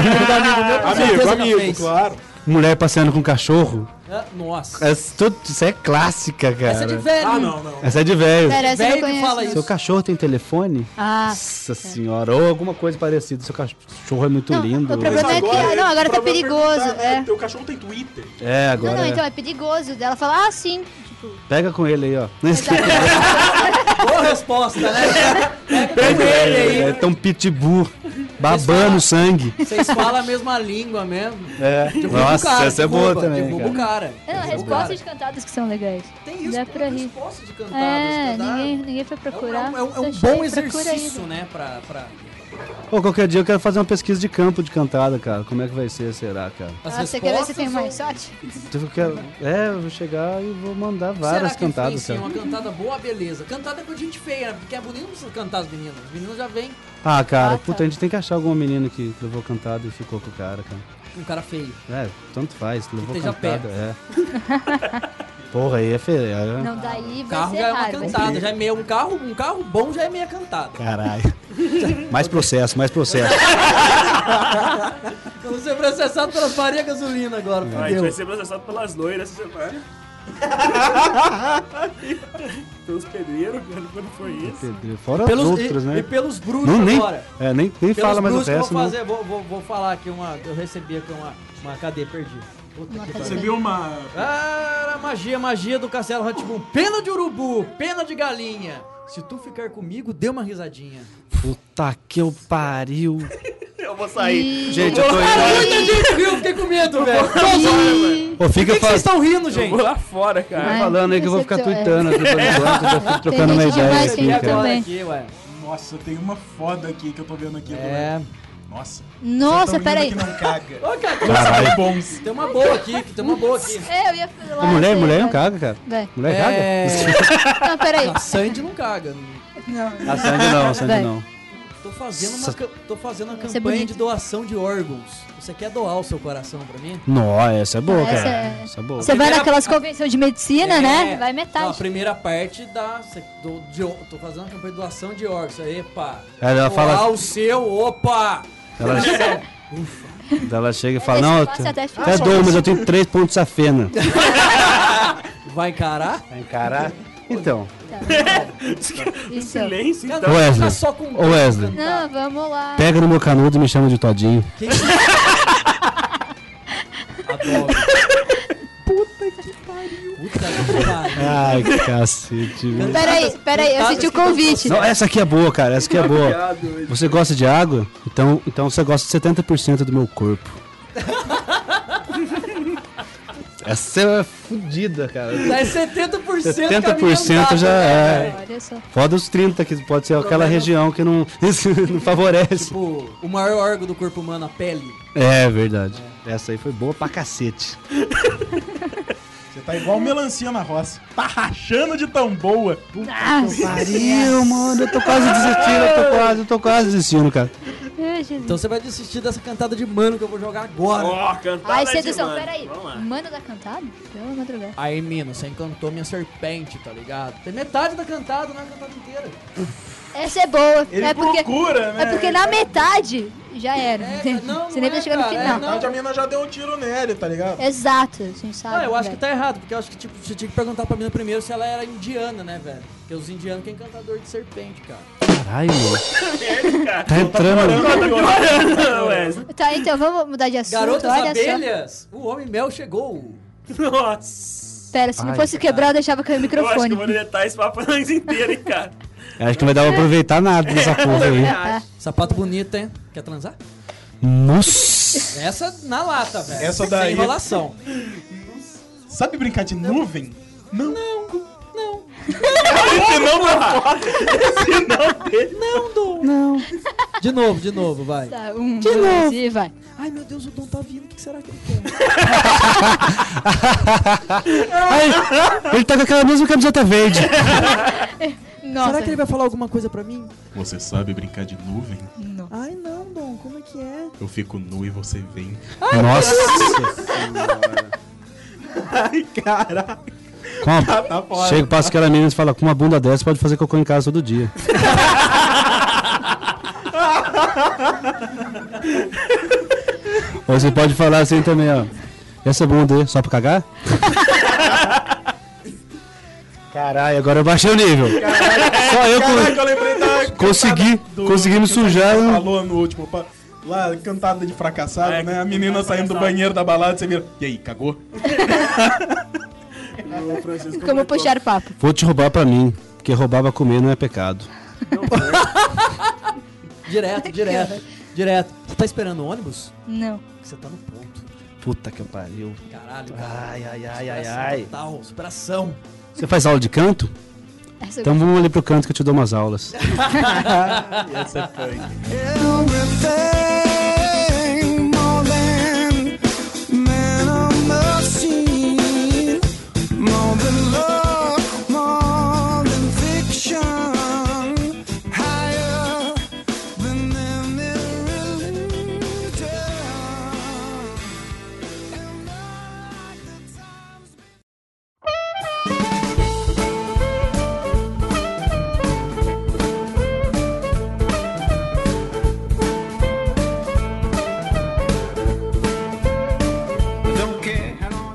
certeza já
amigo,
fez.
claro.
Mulher passeando com cachorro.
Ah, Nossa.
É tudo- isso é clássica, cara.
Essa é de velho.
Ah, não, não.
Essa é de velho.
Pera, essa eu não
Velho que
conheço.
fala
não.
isso.
Seu cachorro tem telefone?
Ah.
Nossa senhora, ou alguma coisa parecida. Seu cachorro é muito
Não,
lindo.
o problema é que- ah, não, agora tá
o problema
perigoso,
perguntar, né?
é.
Teu cachorro tem Twitter.
É,
Não,
agora.
não,
é.
então é perigoso dela falar, ah, sim. Tipo,
Pega com ele aí, ó.
Boa resposta, né? Pega com ele aí.
É tão pitbull. babando sangue.
Vocês falam a mesma língua mesmo.
É.
Derruba o
Nossa,
cara,
essa é
derruba,
boa também,
Derruba o
cara.
Não,
cara. derruba o cara.
respostas É, de cantadas que são legais.
Tem isso,
Dá pra rir.
resposta de cantadas.
É,
tá?
ninguém, ninguém foi
É um-
procurar.
É um, é um
Só
bom
achei, procura aí.
exercício, né? Pra, pra
Pô, qualquer dia eu quero fazer uma pesquisa de campo de cantada, cara. Como é que vai ser, será, cara?
as
Ah, você quer ver se
respostas
tem
ou-
mais sorte?
Eu quero... É, eu vou chegar e vou mandar
Será
várias
é
que
cantadas,
influencia
cara.
uma cantada boa, beleza. Cantada é com gente feia, né? porque a bonita não precisa cantar os meninos. Os meninos já vêm
Ah, cara,
Ah, tá.
puta, a gente tem que achar algum menino que levou cantada e ficou com o cara, cara.
um cara feio.
É, tanto faz, levou
esteja
cantada, é. Porra, aí é feio. é-
Não, daí
O
vai
carro
ser
já é uma
raro. né? vai ser-
cantada, já é meio um carro, um carro bom já é meia cantada.
Caralho. Mais processo, mais processo.
Eu vou ser processado pelas Maria Gasolina
É.
agora,
A gente
fodeu.
vai ser processado pelas loiras essa semana. Pelos pedreiros, quando quando foi isso.
Fora
Pelos-
os outros,
e,
né?
e pelos brutos
Não, nem,
agora.
é, nem, nem
Pelos
fala mais o
brutos que eu
resto,
vou
né?
fazer, vou, vou, vou falar aqui uma. Eu recebi aqui uma, uma cadeia perdida. Puta
Uma
que
cadeia.
Você
pariu.
viu uma.
Cara, magia, magia do Castelo Hotboom. Pena de urubu, pena de galinha. Se tu ficar comigo, dê uma risadinha.
Puta que eu pariu.
Eu vou sair.
Gente, eu tô
Cara,
indo.
muita gente viu, fiquei com medo, velho. Por
Ô,
que,
fica
que vocês
fa-
estão rindo, gente?
Vou lá fora, cara.
Ai,
falando aí que eu vou ficar
decepção, é.
tweetando aqui por enquanto, eu fico trocando
Tem
uma
gente
ideia
demais
aqui,
que
cara.
eu também.
aqui, ué.
Nossa, tem uma foda aqui que eu tô vendo aqui
É.
agora. Nossa.
Nossa,
Tão linda
peraí.
que não caga.
Ô, cara, tem-
Caralho.
Bons.
tem uma boa aqui, que tem uma boa aqui.
É, eu ia falar.
Ô, mulher,
isso aí,
mulher não
vai.
caga, cara.
Vai.
Mulher É.
Não, peraí.
É, A Sandy não caga.
Não.
caga? A Sandy não, a Sandy
Vai.
não.
Tô fazendo uma,
Sa-
ca- tô fazendo uma
Essa é
campanha
bonita.
de doação de órgãos. Você quer doar o seu coração pra mim?
Não, essa é boa,
Essa
cara.
é-
Essa é boa.
Você vai naquelas convenções de medicina, né?
É.
Vai
Não, a
metade.
primeira parte da. cê- Do, de, ó- tô fazendo uma campanha de doação de órgãos. Epa!
Ela
Doar
fala-
o seu, opa!
Ela, ela
é
chega e fala,
Esse
não, eu
passo
te-
até
até
fácil.
dou, mas eu tenho três pontos de safena.
Vai encarar?
Caralho. Então,
Isso.
Silêncio.
Cara,
Wesley,
fica só com
ô, Wesley.
Não, vamos lá.
pega no meu canudo e me chama de todinho.
Adoro. Puta que pariu.
Ai, que cacete, meu.
Peraí, peraí, eu senti o convite.
Não, essa aqui é boa, cara. Essa aqui é boa. Você gosta de água? Então, então você gosta de 70% do meu corpo. Essa é fodida, cara.
Puta que pariu. Tá
70% já
70% caminho andado, né,
é.
velho?
Olha só.
Foda os 30, que pode ser aquela
Problema.
região que não, não favorece.
Tipo, o maior órgão do corpo humano, a pele.
É verdade. Essa aí foi boa pra cacete.
Você tá igual melancia na roça. Tá rachando de tão boa.
Pariu, mano. Eu tô quase desistindo, eu tô quase, eu tô quase desistindo, cara.
Ai, Jesus.
Então você vai desistir dessa cantada de mano que eu vou jogar agora.
Ó, cantada
Ai,
de
sedução,
mano.
peraí.
Vamos lá.
Mano da cantada? Pela madrugada.
Aí, Mino, você encantou minha serpente, tá ligado? Tem metade da cantada, não é a cantada inteira.
Essa é boa.
Ele
é porque,
procura, né?
é porque na metade já era.
É,
entende?
não,
Você nem
não
vai
é,
chegar no
cara, é,
final.
não.
Realmente a mina já deu um tiro nele, tá ligado?
Exato, assim, sabe?
Ah, eu acho que
velho?
tá errado, porque eu acho que tipo, você tinha que perguntar pra mina primeiro se ela era indiana, né, velho? Porque os indianos que é encantador de serpente, cara.
Caralho, mano. Tá entrando.
Não, Wesley.
Tá, então vamos mudar de assunto.
Garotas
olha
abelhas, o homem mel chegou.
Nossa.
só. Pera, se não
Ai,
fosse quebrar, eu deixava cair o
Eu acho que eu
microfone.
vou deletar esse papo a noite inteira, hein, cara.
Acho que não vai dar pra aproveitar nada dessa porra aí.
Sapato bonito, hein? Quer transar?
Nossa.
Essa na lata, velho.
Essa daí-
Sem enrolação.
Sabe brincar de nuvem? Não. Não.
Não,
Não, não,
não, Dom. Não. De novo, de novo, vai.
Tá, um, dois e vai.
Ai, meu Deus, o Dom tá vindo, o que será que ele quer?
Ai, ele tá com aquela mesma camiseta verde.
Nossa,
Será que ele vai falar alguma coisa pra mim?
Você sabe brincar de nuvem?
Ai, não, Dom, como é que é?
Eu fico nu e você vem.
Nossa.
Ai, caralho.
Com a-
Tá fora.
Chega, passa aquela menina e fala, com uma bunda dessa pode fazer cocô em casa todo dia. Ou você pode falar assim também, ó. Essa bunda aí, só pra cagar? Caralho, agora eu baixei o nível. Só eu
Caraca,
co-
eu lembrei da.
consegui,
cantada
consegui me
que o Caio
sujar. né?
Falou no último. pa- Lá, cantada de fracassado,
É,
né? A menina saindo do
fracassado.
banheiro da balada, você vira. E aí, cagou?
não. O Francisco
como
completou.
puxar papo?
Vou te roubar pra mim, porque roubar pra comer não é pecado.
Direto, direto. Direto. Você tá esperando o ônibus?
Não.
Você tá no ponto.
Puta que pariu.
Caralho, cara.
Ai, ai, ai, ai,
Superação
ai.
Total, superação.
Você faz aula de canto?
Essa eu
Então vamos ali pro canto que eu te dou umas aulas.
Essa é punk.
Everything more than man or machine, more than love, more than fiction, higher than any religion. And like the times.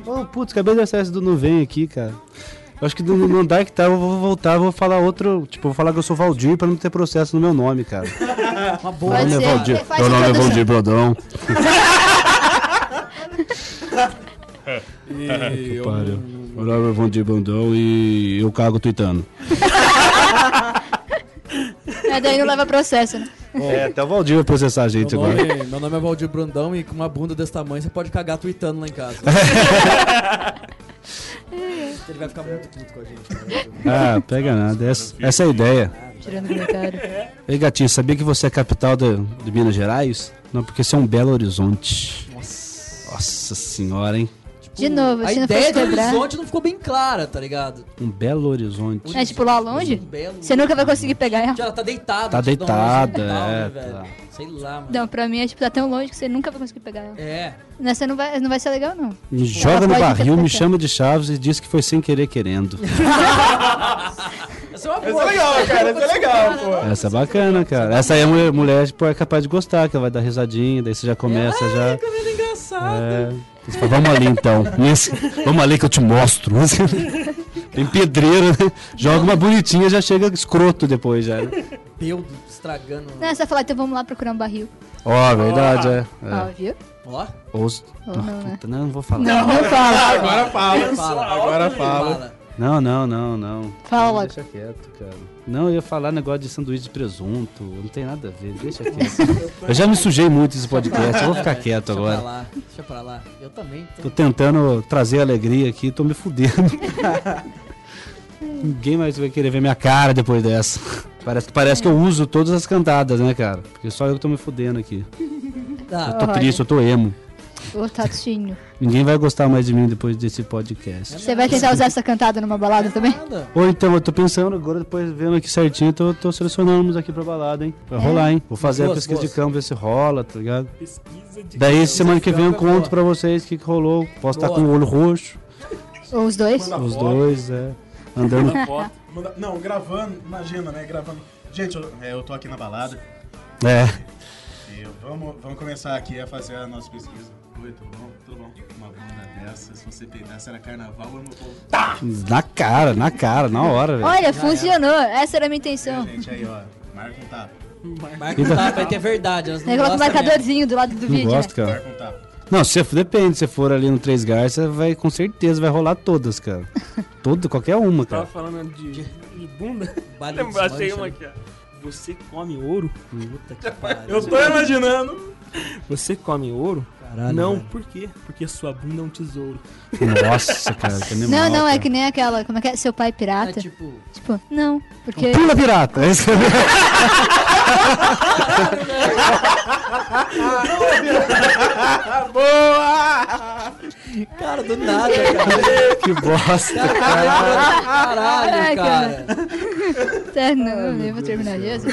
Ô, putz, acabei de acessar do Nuvem aqui, cara. Eu acho que no, no andar que tá, eu vou voltar, vou falar outro. Tipo, vou falar que eu sou Valdir pra não ter processo no meu nome, cara.
Uma
Meu
boa.
Pode
nome é
ser,
Valdir.
faz
Meu
a
nome é
introdução.
Valdir Brodão.
E eu-
Pariu. Meu nome é Valdir Brodão e eu cago tweetando.
É, daí não leva processo, né?
É, até o Valdir vai processar a gente
Meu
agora.
nome, meu nome é Valdir Brandão e com uma bunda desse tamanho você pode cagar tweetando lá em casa. Ele vai ficar muito puto com a gente. cara.
Ah, pega nada. Essa, essa é a ideia.
Tirando comentário.
Ei, gatinho, sabia que você é a capital de, de Minas Gerais? Não, porque você é um Belo Horizonte.
Nossa.
Nossa senhora, hein?
De novo,
Hum, A
se não fosse
ideia do
quebrar.
horizonte não ficou bem clara, tá ligado?
Um Belo Horizonte.
É tipo lá longe?
Um belo-
Você nunca vai conseguir pegar ela.
Tia, Ela tá deitada.
Tá
tipo, dá um
deitada,
hospital,
é,
né, velho? Sei lá, mano.
Não, pra mim é tipo, tá tão longe que você nunca vai conseguir pegar ela.
É.
Nessa não vai, não vai ser legal, não.
Me joga no
pode
barril, me
interpretar.
chama de Chaves e diz que foi sem querer querendo.
Essa é uma
Essa é
boa.
legal, cara. Essa é legal, pô.
Essa é bacana, cara. Essa aí a mulher, mulher tipo, é capaz de gostar, que ela vai dar risadinha, daí você já começa já.
Comendo engraçado.
É. Você fala, vamos ali então. Nesse- vamos ali que eu te mostro. Tem pedreira, né? Joga uma bonitinha já chega escroto depois já. né?
Peudo estragando.
Não, você vai falar, então vamos lá procurar um barril.
Ó, verdade, é. é.
Ó, Ah, viu?
Ó.
Ou,
Ou
Ah,
não, né?
puta, não, não vou falar.
Não, não fala.
Agora fala. Agora fala.
Não, não, não, não.
Fala logo.
Deixa quieto, cara. Não, eu ia falar negócio de sanduíche de presunto. Não tem nada a ver, deixa quieto. eu já me sujei muito esse podcast, eu vou ficar quieto
Deixa pra
agora.
lá. Deixa pra lá. Eu também. tô-
Tô tentando trazer alegria aqui, tô me fudendo. Ninguém mais vai querer ver minha cara depois dessa. Parece, parece que eu uso todas as cantadas, né, cara? Porque só eu que tô me fudendo aqui.
Ah,
Eu tô
Olha.
triste, eu tô emo.
Ô, Tatinho.
Ninguém vai gostar mais de mim depois desse podcast.
Você vai tentar usar essa cantada numa balada também?
nada.
Ou então, eu tô pensando agora, depois vendo aqui certinho, tô, tô selecionando uns aqui pra balada, hein? Vai rolar, hein? Vou fazer
Boas,
a pesquisa
boas.
de campo, ver se rola, tá ligado?
Pesquisa de.
Daí, semana que vem eu
campo é boa.
conto pra vocês o que, que rolou. Posso estar
Boa.
com o olho roxo,
Ou os dois?
os dois, é. Andando.
Manda- Não, gravando, imagina, né? Gravando. Gente, eu, é, eu tô aqui na balada.
É.
e vamos, vamos começar aqui a fazer a nossa pesquisa. Oi, tudo bom? Tudo bom? Uma bunda dessa, se você peidar, será carnaval ou não vou? Tá,
Na cara, na cara, na hora, velho.
Olha, funcionou. Essa era a minha intenção.
gente, aí, ó. Marca um tapa,
Marca o tapa, aí que é verdade. Elas não
Daí coloca o
gostam mesmo.
marcadorzinho do lado do
Não
vídeo,
gosto,
né?
cara.
marca um tapa.
Não, se for- depende, se for ali no Três Gás, você vai com certeza vai rolar todas, cara. Todo, qualquer uma,
Tava
cara.
falando de, de bunda.
Vale
Eu
desmancha,
achei uma
né?
aqui, ó. Você come ouro?
Puta que pariu.
Eu tô imaginando.
Você come ouro?
Caralho,
não,
velho.
por quê? Porque sua bunda é um tesouro.
Nossa, cara, que animal.
Não, não, é
cara.
que nem aquela. Como é que é? Seu pai pirata?
É
tipo...
tipo,
não, porque.
Pula pirata! É isso que eu-
cara, do nada, cara.
que bosta.
Caralho,
Ai,
cara.
Tá, não, eu vou terminar disso.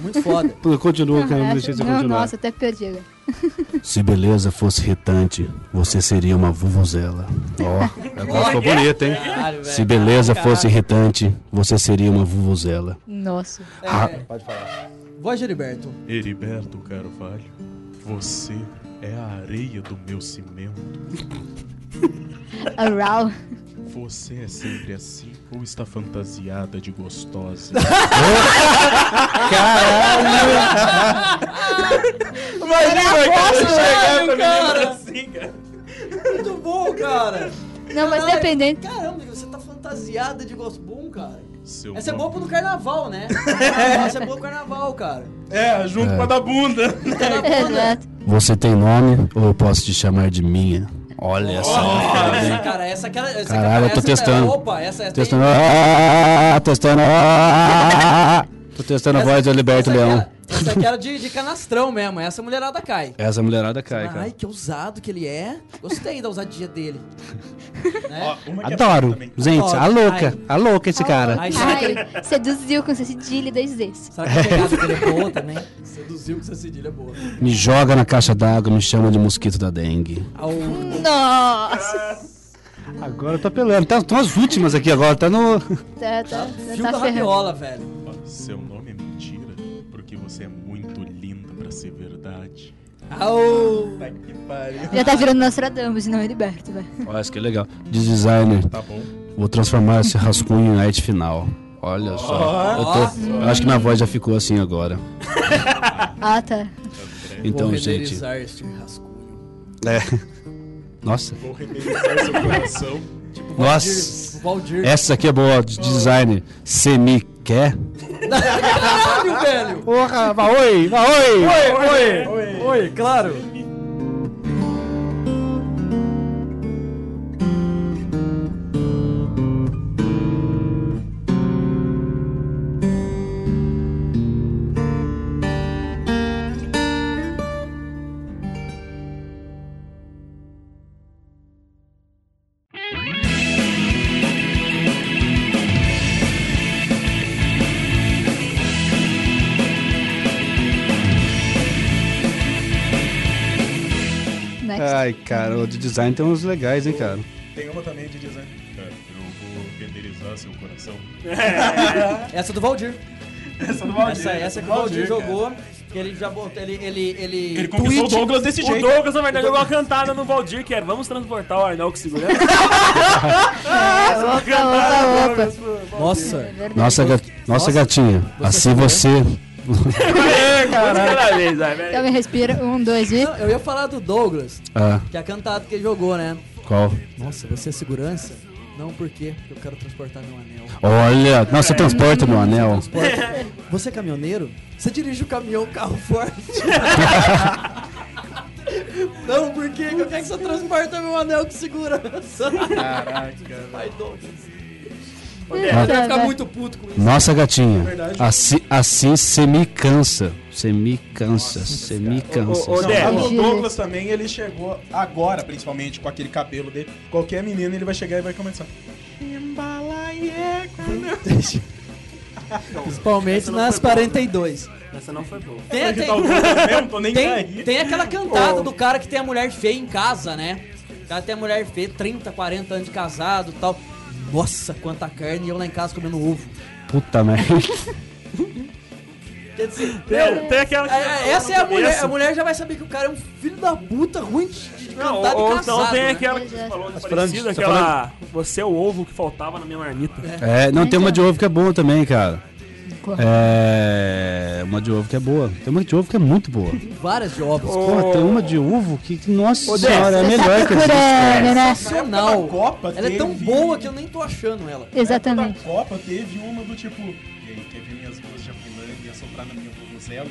Muito foda.
Pô, Continua, cara,
Não,
não deixei você
não,
continuar.
nossa, até perdi agora.
Se beleza fosse irritante, você seria uma vuvuzela. Ó, agora ficou bonito, hein?
Caralho, velho.
Se beleza fosse irritante, você seria uma vuvuzela.
Nossa.
Voz de Heriberto.
Heriberto Carvalho, você é a areia do meu cimento.
Aral.
Você é sempre assim ou está fantasiada de gostosa?
Caralho, cara. Muito bom, assim, cara.
Não, mas
Caralho.
dependendo.
Caramba, você tá fantasiada de gosto bom, cara.
Seu
Essa é
bom.
boa pro do carnaval, né? Essa é boa pro carnaval, cara.
É, junto
É.
com a da bunda.
Exato.
Você tem nome ou eu posso te chamar de minha? Olha essa.
Essa,
cara, hein?
cara, essa aquela. Essa,
Caralho, eu tô
essa-
testando.
Opa, essa, é essa
Testando. Ah, testando. Ah, tô testando a voz do Alberto
essa é
Leão.
aquela- Essa é aquela de, de canastrão mesmo, essa mulherada cai.
Essa mulherada cai,
Ai,
cara.
que ousado que ele é. Gostei da ousadia dele. né?
é
Adoro. Gente, a louca. A louca esse cara.
Ai, será que ele,
Ai, seduziu com essa cedilha e dois Ds.
será que a pegada dele é boa também? Seduziu com essa cedilha é boa.
Me joga na caixa d'água, me chama de mosquito da dengue.
Ao,
Nossa!
Agora eu tô apelando. Tá, estão as últimas aqui agora, tá no.
Tá, tá,
fio
tá ferrando.
da rabiola, velho.
Seu nome é mentira, porque você é muito linda pra ser verdade.
Ao...
Tá que pariu.
Já tá virando Nostradamus e não Heriberto, velho.
Olha, isso que é legal. De designer,
Tá bom.
vou transformar esse rascunho em arte final. Olha só. Eu, tô- eu acho que minha voz já ficou assim agora.
Ah, tá.
Então,
Vou
gente.
renderizar este rascunho.
É. Nossa.
Vou renderizar seu coração.
Nossa.
O Tipo, Valdir.
Essa aqui é boa, de designer. Cê me quer?
Caralho, velho.
Porra, vá oi, vá oi!
Oi, oi, oi, claro.
Next.
Ai, cara, o de design tem uns legais, hein, cara.
Tem uma também de design. É, eu vou renderizar seu coração.
Essa é do Valdir.
Essa do
Essa, essa que o Valdir jogou. Que ele já botou. Ele. Ele, ele,
Ele conquistou o Douglas desse
O
jeito.
Douglas, na verdade, jogou uma cantada no Valdir, que era Vamos transportar o Arnaldo que segura.
Opa, opa, opa. É
Nossa.
verdade.
Nossa, ga- nossa
Nossa.
gatinha, assim você.
Cada vez, vai, velho.
Então me respira. Um, dois e.
Não, eu ia falar do Douglas,
Ah,
que é a cantada que ele jogou, né?
qual?
Nossa, você é segurança? Não, por quê? Porque eu quero transportar meu anel.
Olha, nossa, transporta meu anel.
Transporta. Você é caminhoneiro? Você dirige o caminhão carro forte? Não, por quê? Que eu quero que você transporta meu anel de segurança.
Caraca.
Vai, Douglas.
Tá,
Ele vai ficar
vai.
muito puto com isso.
Nossa
É
gatinha, assim, assim você me cansa. Você me cansa, você me cansa.
Ô, ô,
Não,
Dé.
mas o
Mentira.
Douglas também, ele chegou agora, principalmente, com aquele cabelo dele. Qualquer menino, ele vai chegar e vai começar. Himbalaiê, quando-
Principalmente nas 42.
Essa não foi boa.
Tem, tem,
Tá o Douglas mesmo, tô nem
tem,
aí.
tem aquela cantada do cara que tem a mulher feia em casa, né? O cara tem a mulher feia, 30, 40 anos de casado e tal. Nossa, quanta carne e eu lá em casa comendo ovo.
Puta merda.
Quer dizer,
Tem, tem aquela.
é- é- essa é a mulher. A
Essa.
mulher já vai saber que o cara é um filho da puta ruim de, de
Não,
cantar
ou
de casado.
então tem
né?
aquela que
Pois é.
você falou de
falando de-
parecida,
tá
aquela. Você é o ovo que faltava na minha marmita.
É, não, tem uma de ovo que é boa também, cara.
Qual?
É. Uma de ovo que é boa. Tem uma de ovo que é muito boa.
Várias de obras.
Porra, tem uma de ovo que, que- nossa
Ô, Dé,
senhora, é a
Você tá
melhor que existe.
procurando, né?
é Sensacional.
Na Copa
Ela é tão
teve-
boa que eu nem tô achando ela.
Na
Exatamente.
Copa teve uma do tipo. E aí, quer ver minhas boas de avilã e assoprar na minha vuvuzela?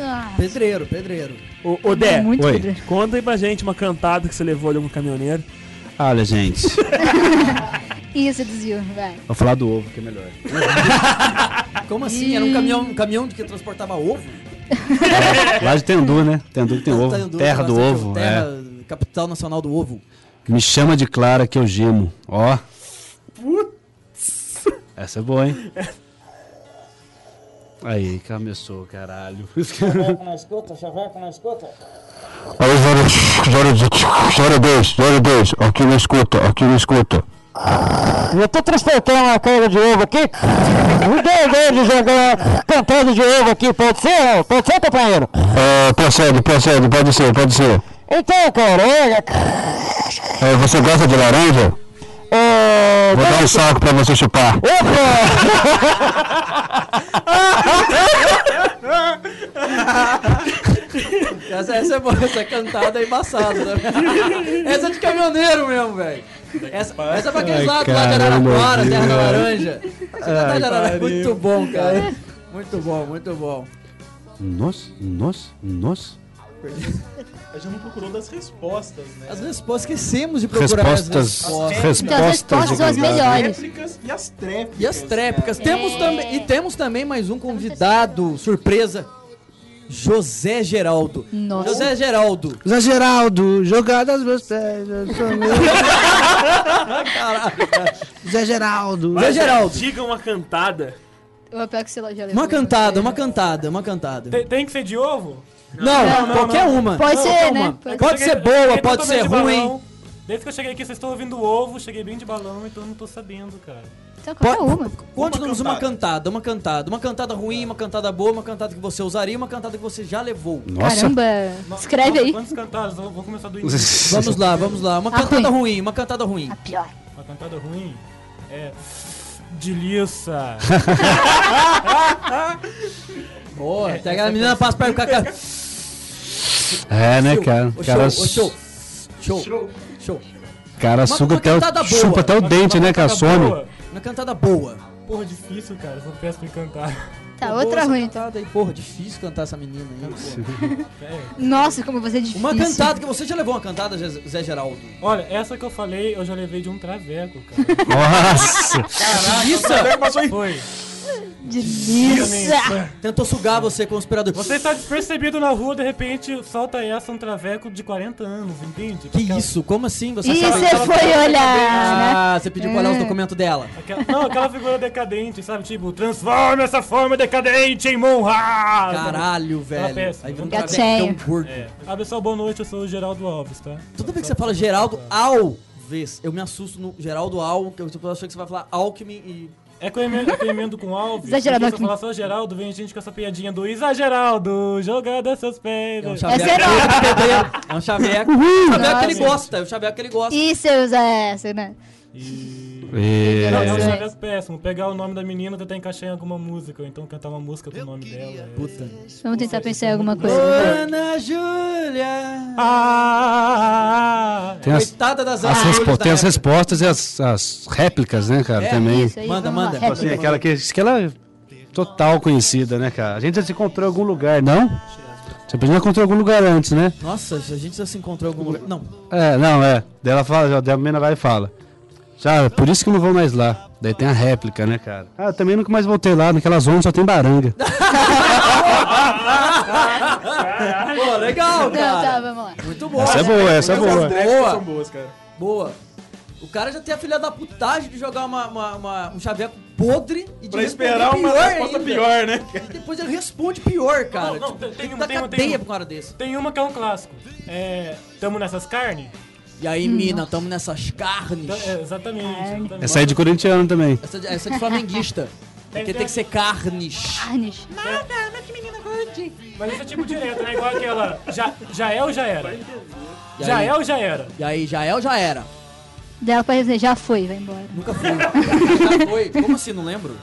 Ah,
Pedreiro, pedreiro.
Ô, ô Dé,
muito
Oi.
pedreiro.
conta aí pra gente uma cantada que você levou de algum caminhoneiro.
Olha, gente,
Ih, seduziu, vai.
vou falar do ovo que é melhor.
Ah,
Como assim? Era um caminhão, um caminhão que transportava ovo?
Lá de Tendu, né? Tendu que tem ovo.
Tá andando
terra do
bastante
ovo.
Terra,
É.
capital nacional do ovo.
Me chama de Clara que eu gemo. Ó. Putz. Essa é boa, hein? Aí, começou, caralho.
Aí, zero, zero, zero dois, zero dois, aqui me escuta, aqui me escuta.
Eu tô transportando uma carga de ovo aqui. Um desejo jogar cantando de ovo aqui, pode ser? não? Pode ser, companheiro?
É, procede, procede, pode ser, pode ser.
Então, cara, é,
É, você gosta de laranja?
é,
Vou dar um saco pra você chupar.
Essa, essa é boa, essa cantada é embaçada. né? essa é de caminhoneiro mesmo, velho. Essa, essa é pra aqueles
Ai,
lados lá de
caramba,
Araraquara, Terra da
Deus.
Laranja. Essa é
Ai,
de Araraquara.
pariu. É.
Muito bom, cara. Muito bom, muito bom.
Nós, nós, nós.
A gente não procurou das respostas, né?
As respostas, esquecemos de procurar
Respostas.
as respostas.
Respostas de verdade.
Tréplicas e as tréplicas.
E as tréplicas.
cara.
Temos também, e temos também mais um convidado, surpresa. José Geraldo.
Nossa.
José Geraldo.
Zé Geraldo, jogadas vocês. um Zé Geraldo.
Zé Ah, Geraldo.
Diga uma cantada.
Eu vou pegar que você já levou.
Uma cantada, uma cantada, uma cantada.
Tem, tem que ser de ovo?
Não,
Não, não,
qualquer
não.
uma.
Pode
Não,
ser,
qualquer
né?
uma.
Pode
Pode
Cheguei-
ser boa,
cheguei
pode ser
totalmente de
ruim.
balão. Desde que eu cheguei aqui, vocês estão ouvindo ovo, cheguei bem de balão, então eu não tô sabendo, cara.
Então, qualquer
Pode-
uma.
Conte-nos uma cantada, uma cantada. Uma cantada ruim, uma cantada boa, uma cantada que você usaria, uma cantada que você já levou.
Nossa.
Caramba, escreve
Nossa,
aí.
Quantas cantadas? Eu vou começar do início.
Vamos lá, vamos lá. Uma
A
cantada
ruim.
ruim, uma cantada ruim.
A pior.
Uma cantada ruim é. Delícia.
Boa,
É,
até que a menina passa perto do cara.
É, né, cara? O
Ô,
cara,
show, ô, show, show, show, show.
cara
Uma-
suga
uma
até
cantada
o,
boa.
chupa até o
Uma-
dente,
uma
né, cara?
cantada
Some.
Boa.
Uma cantada boa.
Porra, difícil, cara. Sou péssimo em cantar.
Tá,
Boa
outra
essa
ruim. então.
Cantada aí. Porra, difícil cantar essa menina aí. pô.
Nossa, como você é difícil.
Uma cantada que você já levou uma cantada, Zé Zé Geraldo.
Olha, essa que eu falei, eu já levei de um traveco, cara.
Nossa. é
Delícia!
Foi.
Delícia.
Tentou sugar você, conspirador.
Você está despercebido na rua, de repente, solta essa um traveco de 40 anos, entende?
Que isso? Como assim? Você
E
sabe-
você é foi olhar, né?
Ah, você pediu pra olhar os documentos dela.
Aquela- não, aquela figura decadente, sabe? Tipo, transforma essa forma decadente em monra!
Caralho, velho.
péssimo.
Aí vira um cara
Gatinho.
tão gordo.
tá. É. Ah, pessoal, boa noite, eu sou o Geraldo Alves, tá?
Toda vez que você fala Geraldo Alves, eu me assusto no Geraldo Al, que eu tô achando que você vai falar Alckmin e...
É que eu emendo, é que eu emendo com Alves.
Zé Geraldo
porque Se
aqui.
eu falar só Geraldo, vem gente com essa piadinha do Isa Geraldo, jogada seus pés.
É um
É
chaveco.
será.
É um chaveco. É um chaveco que ele
Nossa.
gosta. É um chaveco que ele gosta.
E seu Zé, você, né?
É.
Não, é um
Zé.
chaveco péssimo. Pegar o nome da menina e tentar encaixar em alguma música, ou então cantar uma música com o nome dela. é.
Puta.
Vamos tentar pensar em alguma coisa.
Ana Júlia.
Ah!
Tem as,
Coitada das
as,
Ana
respo-
Júlias da
tem as
época.
réplicas. respostas e as, as réplicas, né, cara?
Ah, É,
também.
Isso aí,
Manda,
vamos lá. tá,
manda.
Rap.
Assim, aquela que, aquela é total conhecida, né, cara? A gente já se encontrou em algum lugar, não? Você já encontrou em algum lugar antes, né?
Nossa, a gente já se encontrou em algum lugar. Não.
É, não, é. Daí ela fala, já, daí a menina vai e fala. Já, é por isso que eu não vou mais lá. Daí tem a réplica, né, cara? Ah, eu também nunca mais voltei lá, naquela zona só tem baranga.
Pô, legal,
Não, tá,
cara.
vamos lá.
Muito boa.
Essa é boa, essa é boa.
Tréplicas né? são boas, cara.
Boa. O cara já tem a filha da putagem de jogar uma, uma- uma- um chaveco podre e de
Pra
responder
esperar uma resposta
ainda.
pior, né?
E depois ele responde pior, cara.
Não, não,
Tipo,
tem- tem
que
um-
dar
tem um- tem
cadeia
um.
pra um cara desse.
Tem uma que é um clássico. É. Tamo nessas carnes?
E aí, mina, tamo nessas carnes.
Tá- Hum, é, exatamente. exatamente.
Essa aí de corintiano também.
Essa, de- essa é de flamenguista. Porque tem que ser carnes.
Carnes.
Mas isso é tipo direto, né? Igual aquela. Já, já é ou já era?
E
Já
aí-
é ou já era?
E aí, Jael já era.
Dela pra dizer, já foi, vai embora.
Nunca foi. Nunca foi. Como assim? Não lembro.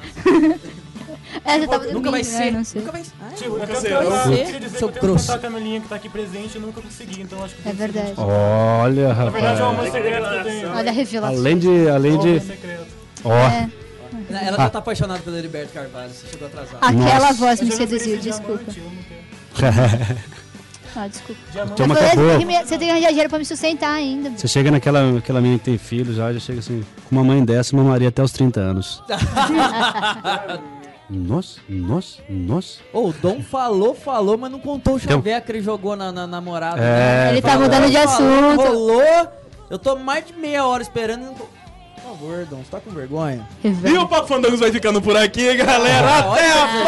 É, já tava dormindo,
Nunca vai
né?
ser.
Não sei.
Nunca vai ser.
Tipo, eu
nunca
tento
será.
cantar,
Você,
eu queria dizer que
seu
eu tento
trouxa.
cantar a camelinha que tá aqui presente, eu nunca consegui, então acho que...
É verdade.
Olha,
Na verdade, é uma
rapaz.
música secreta que eu tenho.
Olha a revelação.
Além de. Além
Uma música
de.
secreta.
Ó.
É,
Ela ela já tá apaixonada pelo Heriberto Carvalho. Você chegou atrasado.
aquela
Nossa.
voz
Eu
me
já não
seduziu,
ofereci
desculpa.
diamante, eu não quero.
Ah, desculpa.
Diamante-
Toma
Eu falei,
que é boa.
você tem que me- Você tem que arranjar dinheiro pra me sustentar ainda.
Você chega naquela aquela menina que tem filho já, já chega assim, com uma mãe dessa, mamaria até os 30 anos. Nossa, nossa, nossa.
Ô, o Dom falou, falou, mas não contou o
Então-
chaveco que ele jogou na, na namorada. né?
É,
Ele tá mudando de
Falou,
assunto.
Rolou. Eu tô mais de meia hora esperando e não tô... Por favor, Dom, você tá com vergonha?
E o Papo Fandangos vai ficando por aqui, galera. Até a
Aí,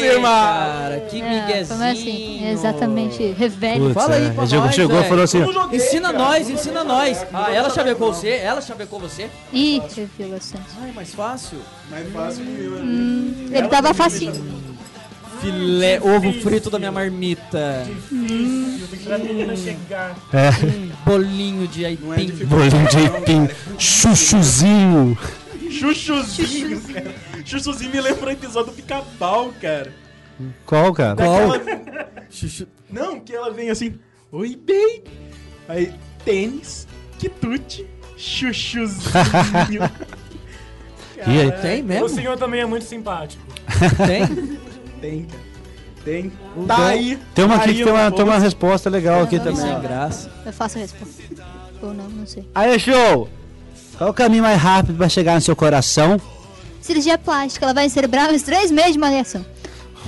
próxima!
Cara, que
É,
miguezinho.
como assim? É Exatamente. Revele.
Putz,
Fala aí
é.
pra
Ele chegou-
nós,
chegou e
velho.
falou assim,
Eu
ó,
joguei,
Ensina
cara.
nós, ensina nós. Ah, ela chavecou você, ela chavecou você.
Ih, revelação.
Ai, mais fácil.
Mais fácil que eu, né?
Ele tava facinho.
Filé, ovo frito da minha marmita.
Pra menina chegar.
é,
Bolinho de aipim.
bolinho de aipim, chuchuzinho.
Chuchuzinho, cara. Chuchuzinho me lembra o episódio do pica-pau, cara.
Qual, cara?
Qual?
Chuchu... Não, que ela vem assim, oi, bem. Aí, tênis, quitute, Chuchuzinho.
E aí?
Cara,
Tem mesmo?
O senhor também é muito simpático.
Tem?
Tem, cara. Tem.
Tem-
Tá aí.
Tem uma
Tá
aqui
aí
que tem uma,
no
tem uma
bolso.
resposta legal aqui
Não, não,
também.
sem
assim, ó.
graça.
Eu faço a resposta. Ou não, não sei.
Aí, show! Qual o caminho mais rápido pra chegar no seu coração?
Cirurgia plástica, ela vai encerebrar uns três meses de malhação.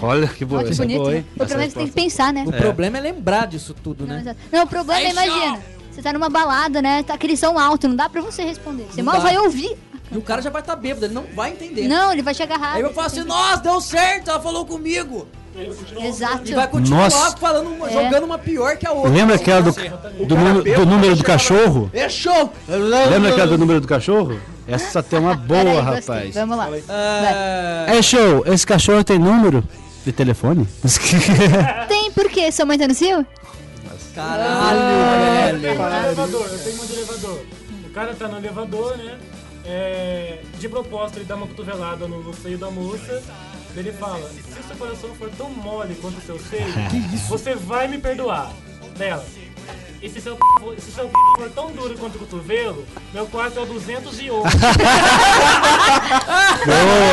Olha que boa,
Olha que
essa é
bonito.
boa,
né?
hein?
O problema é que você tem que pensar, né?
O problema é lembrar disso tudo,
Não,
né?
exato. Não, o problema é, imagina. Você tá numa balada, né? Tá aquele som alto, não dá pra você responder. Você
Não
mal
dá.
vai ouvir.
E o cara já vai estar tá bêbado, ele não vai entender.
Não, ele vai te agarrar.
Aí eu falo assim, nossa, deu certo, ela falou comigo.
Exato.
E vai continuar
Nossa.
falando, uma-
É.
jogando uma pior que a outra.
Lembra aquela do, do, número- do número do cachorro?
É show!
Lembra aquela do número do cachorro? Essa tem uma
Peraí,
boa,
gostei.
rapaz.
Vamos lá.
Ah,
É show, esse cachorro tem número de telefone?
Ah.
Tem por quê? Sua mãe tá no cio?
Caralho, velho.
Eu tenho um de elevador, eu tenho um de elevador. O cara tá no elevador, né? É, de propósito, ele dá uma cotovelada no, no seio da moça. Daí Ele fala: Se seu coração for tão mole quanto o seu seio, você vai me perdoar. Dela. E se seu, c- for- se seu c... for tão duro quanto o cotovelo, meu quarto é o 211.
boa,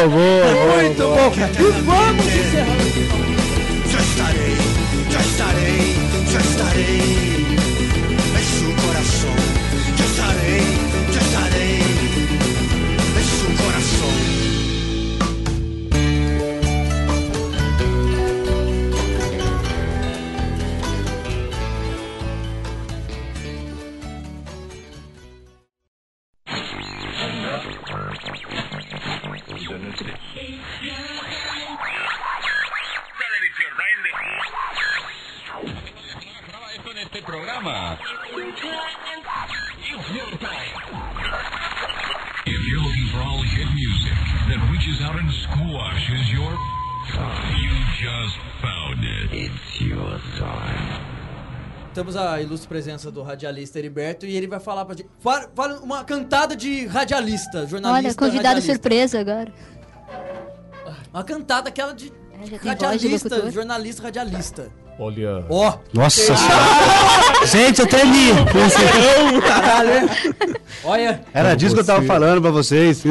boa, boa.
Muito bom. E vamos encerrar.
Já estarei, já estarei, já estarei em seu coração. Já estarei, já estarei em seu coração.
If you're looking for all hit music that reaches out and squashes your time, you just found it. It's your time.
Temos a ilustre presença do radialista Heriberto e ele vai falar pra gente. Fala, fala uma cantada de radialista, jornalista.
Olha, convidado
radialista.
surpresa agora.
Uma cantada aquela de
É, já tem voz de
radialista,
locutor.
jornalista, radialista.
Olha.
Ó,
Nossa senhora. Gente, eu tremi.
olha.
Era disso que eu tava falando pra vocês.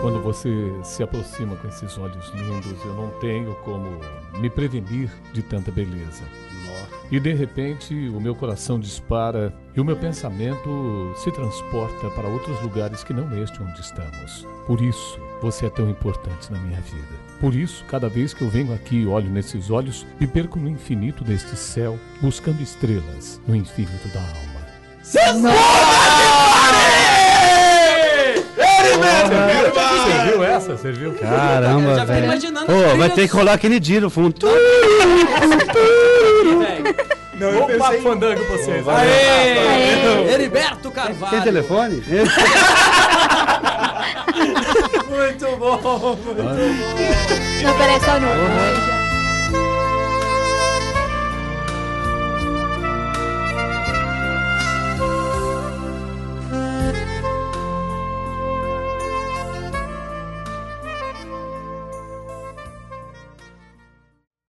Quando você se aproxima com esses olhos lindos, eu não tenho como me prevenir de tanta beleza. E de repente o meu coração dispara e o meu pensamento se transporta para outros lugares que não este onde estamos. Por isso, você é tão importante na minha vida. Por isso, cada vez que eu venho aqui e olho nesses olhos, me perco no infinito deste céu, buscando estrelas no infinito da alma. Você viu essa? Você viu?
Eu
Caramba,
já fiquei
velho.
imaginando as
Pô, vai
trilhas-
ter que rolar aquele dia no fundo. Tu-
velho. É,
Não, eu
Opa,
pensei...
fandango pra vocês.
é.
Heriberto Carvalho.
Tem telefone?
Muito bom.
Não, peraí, só um no.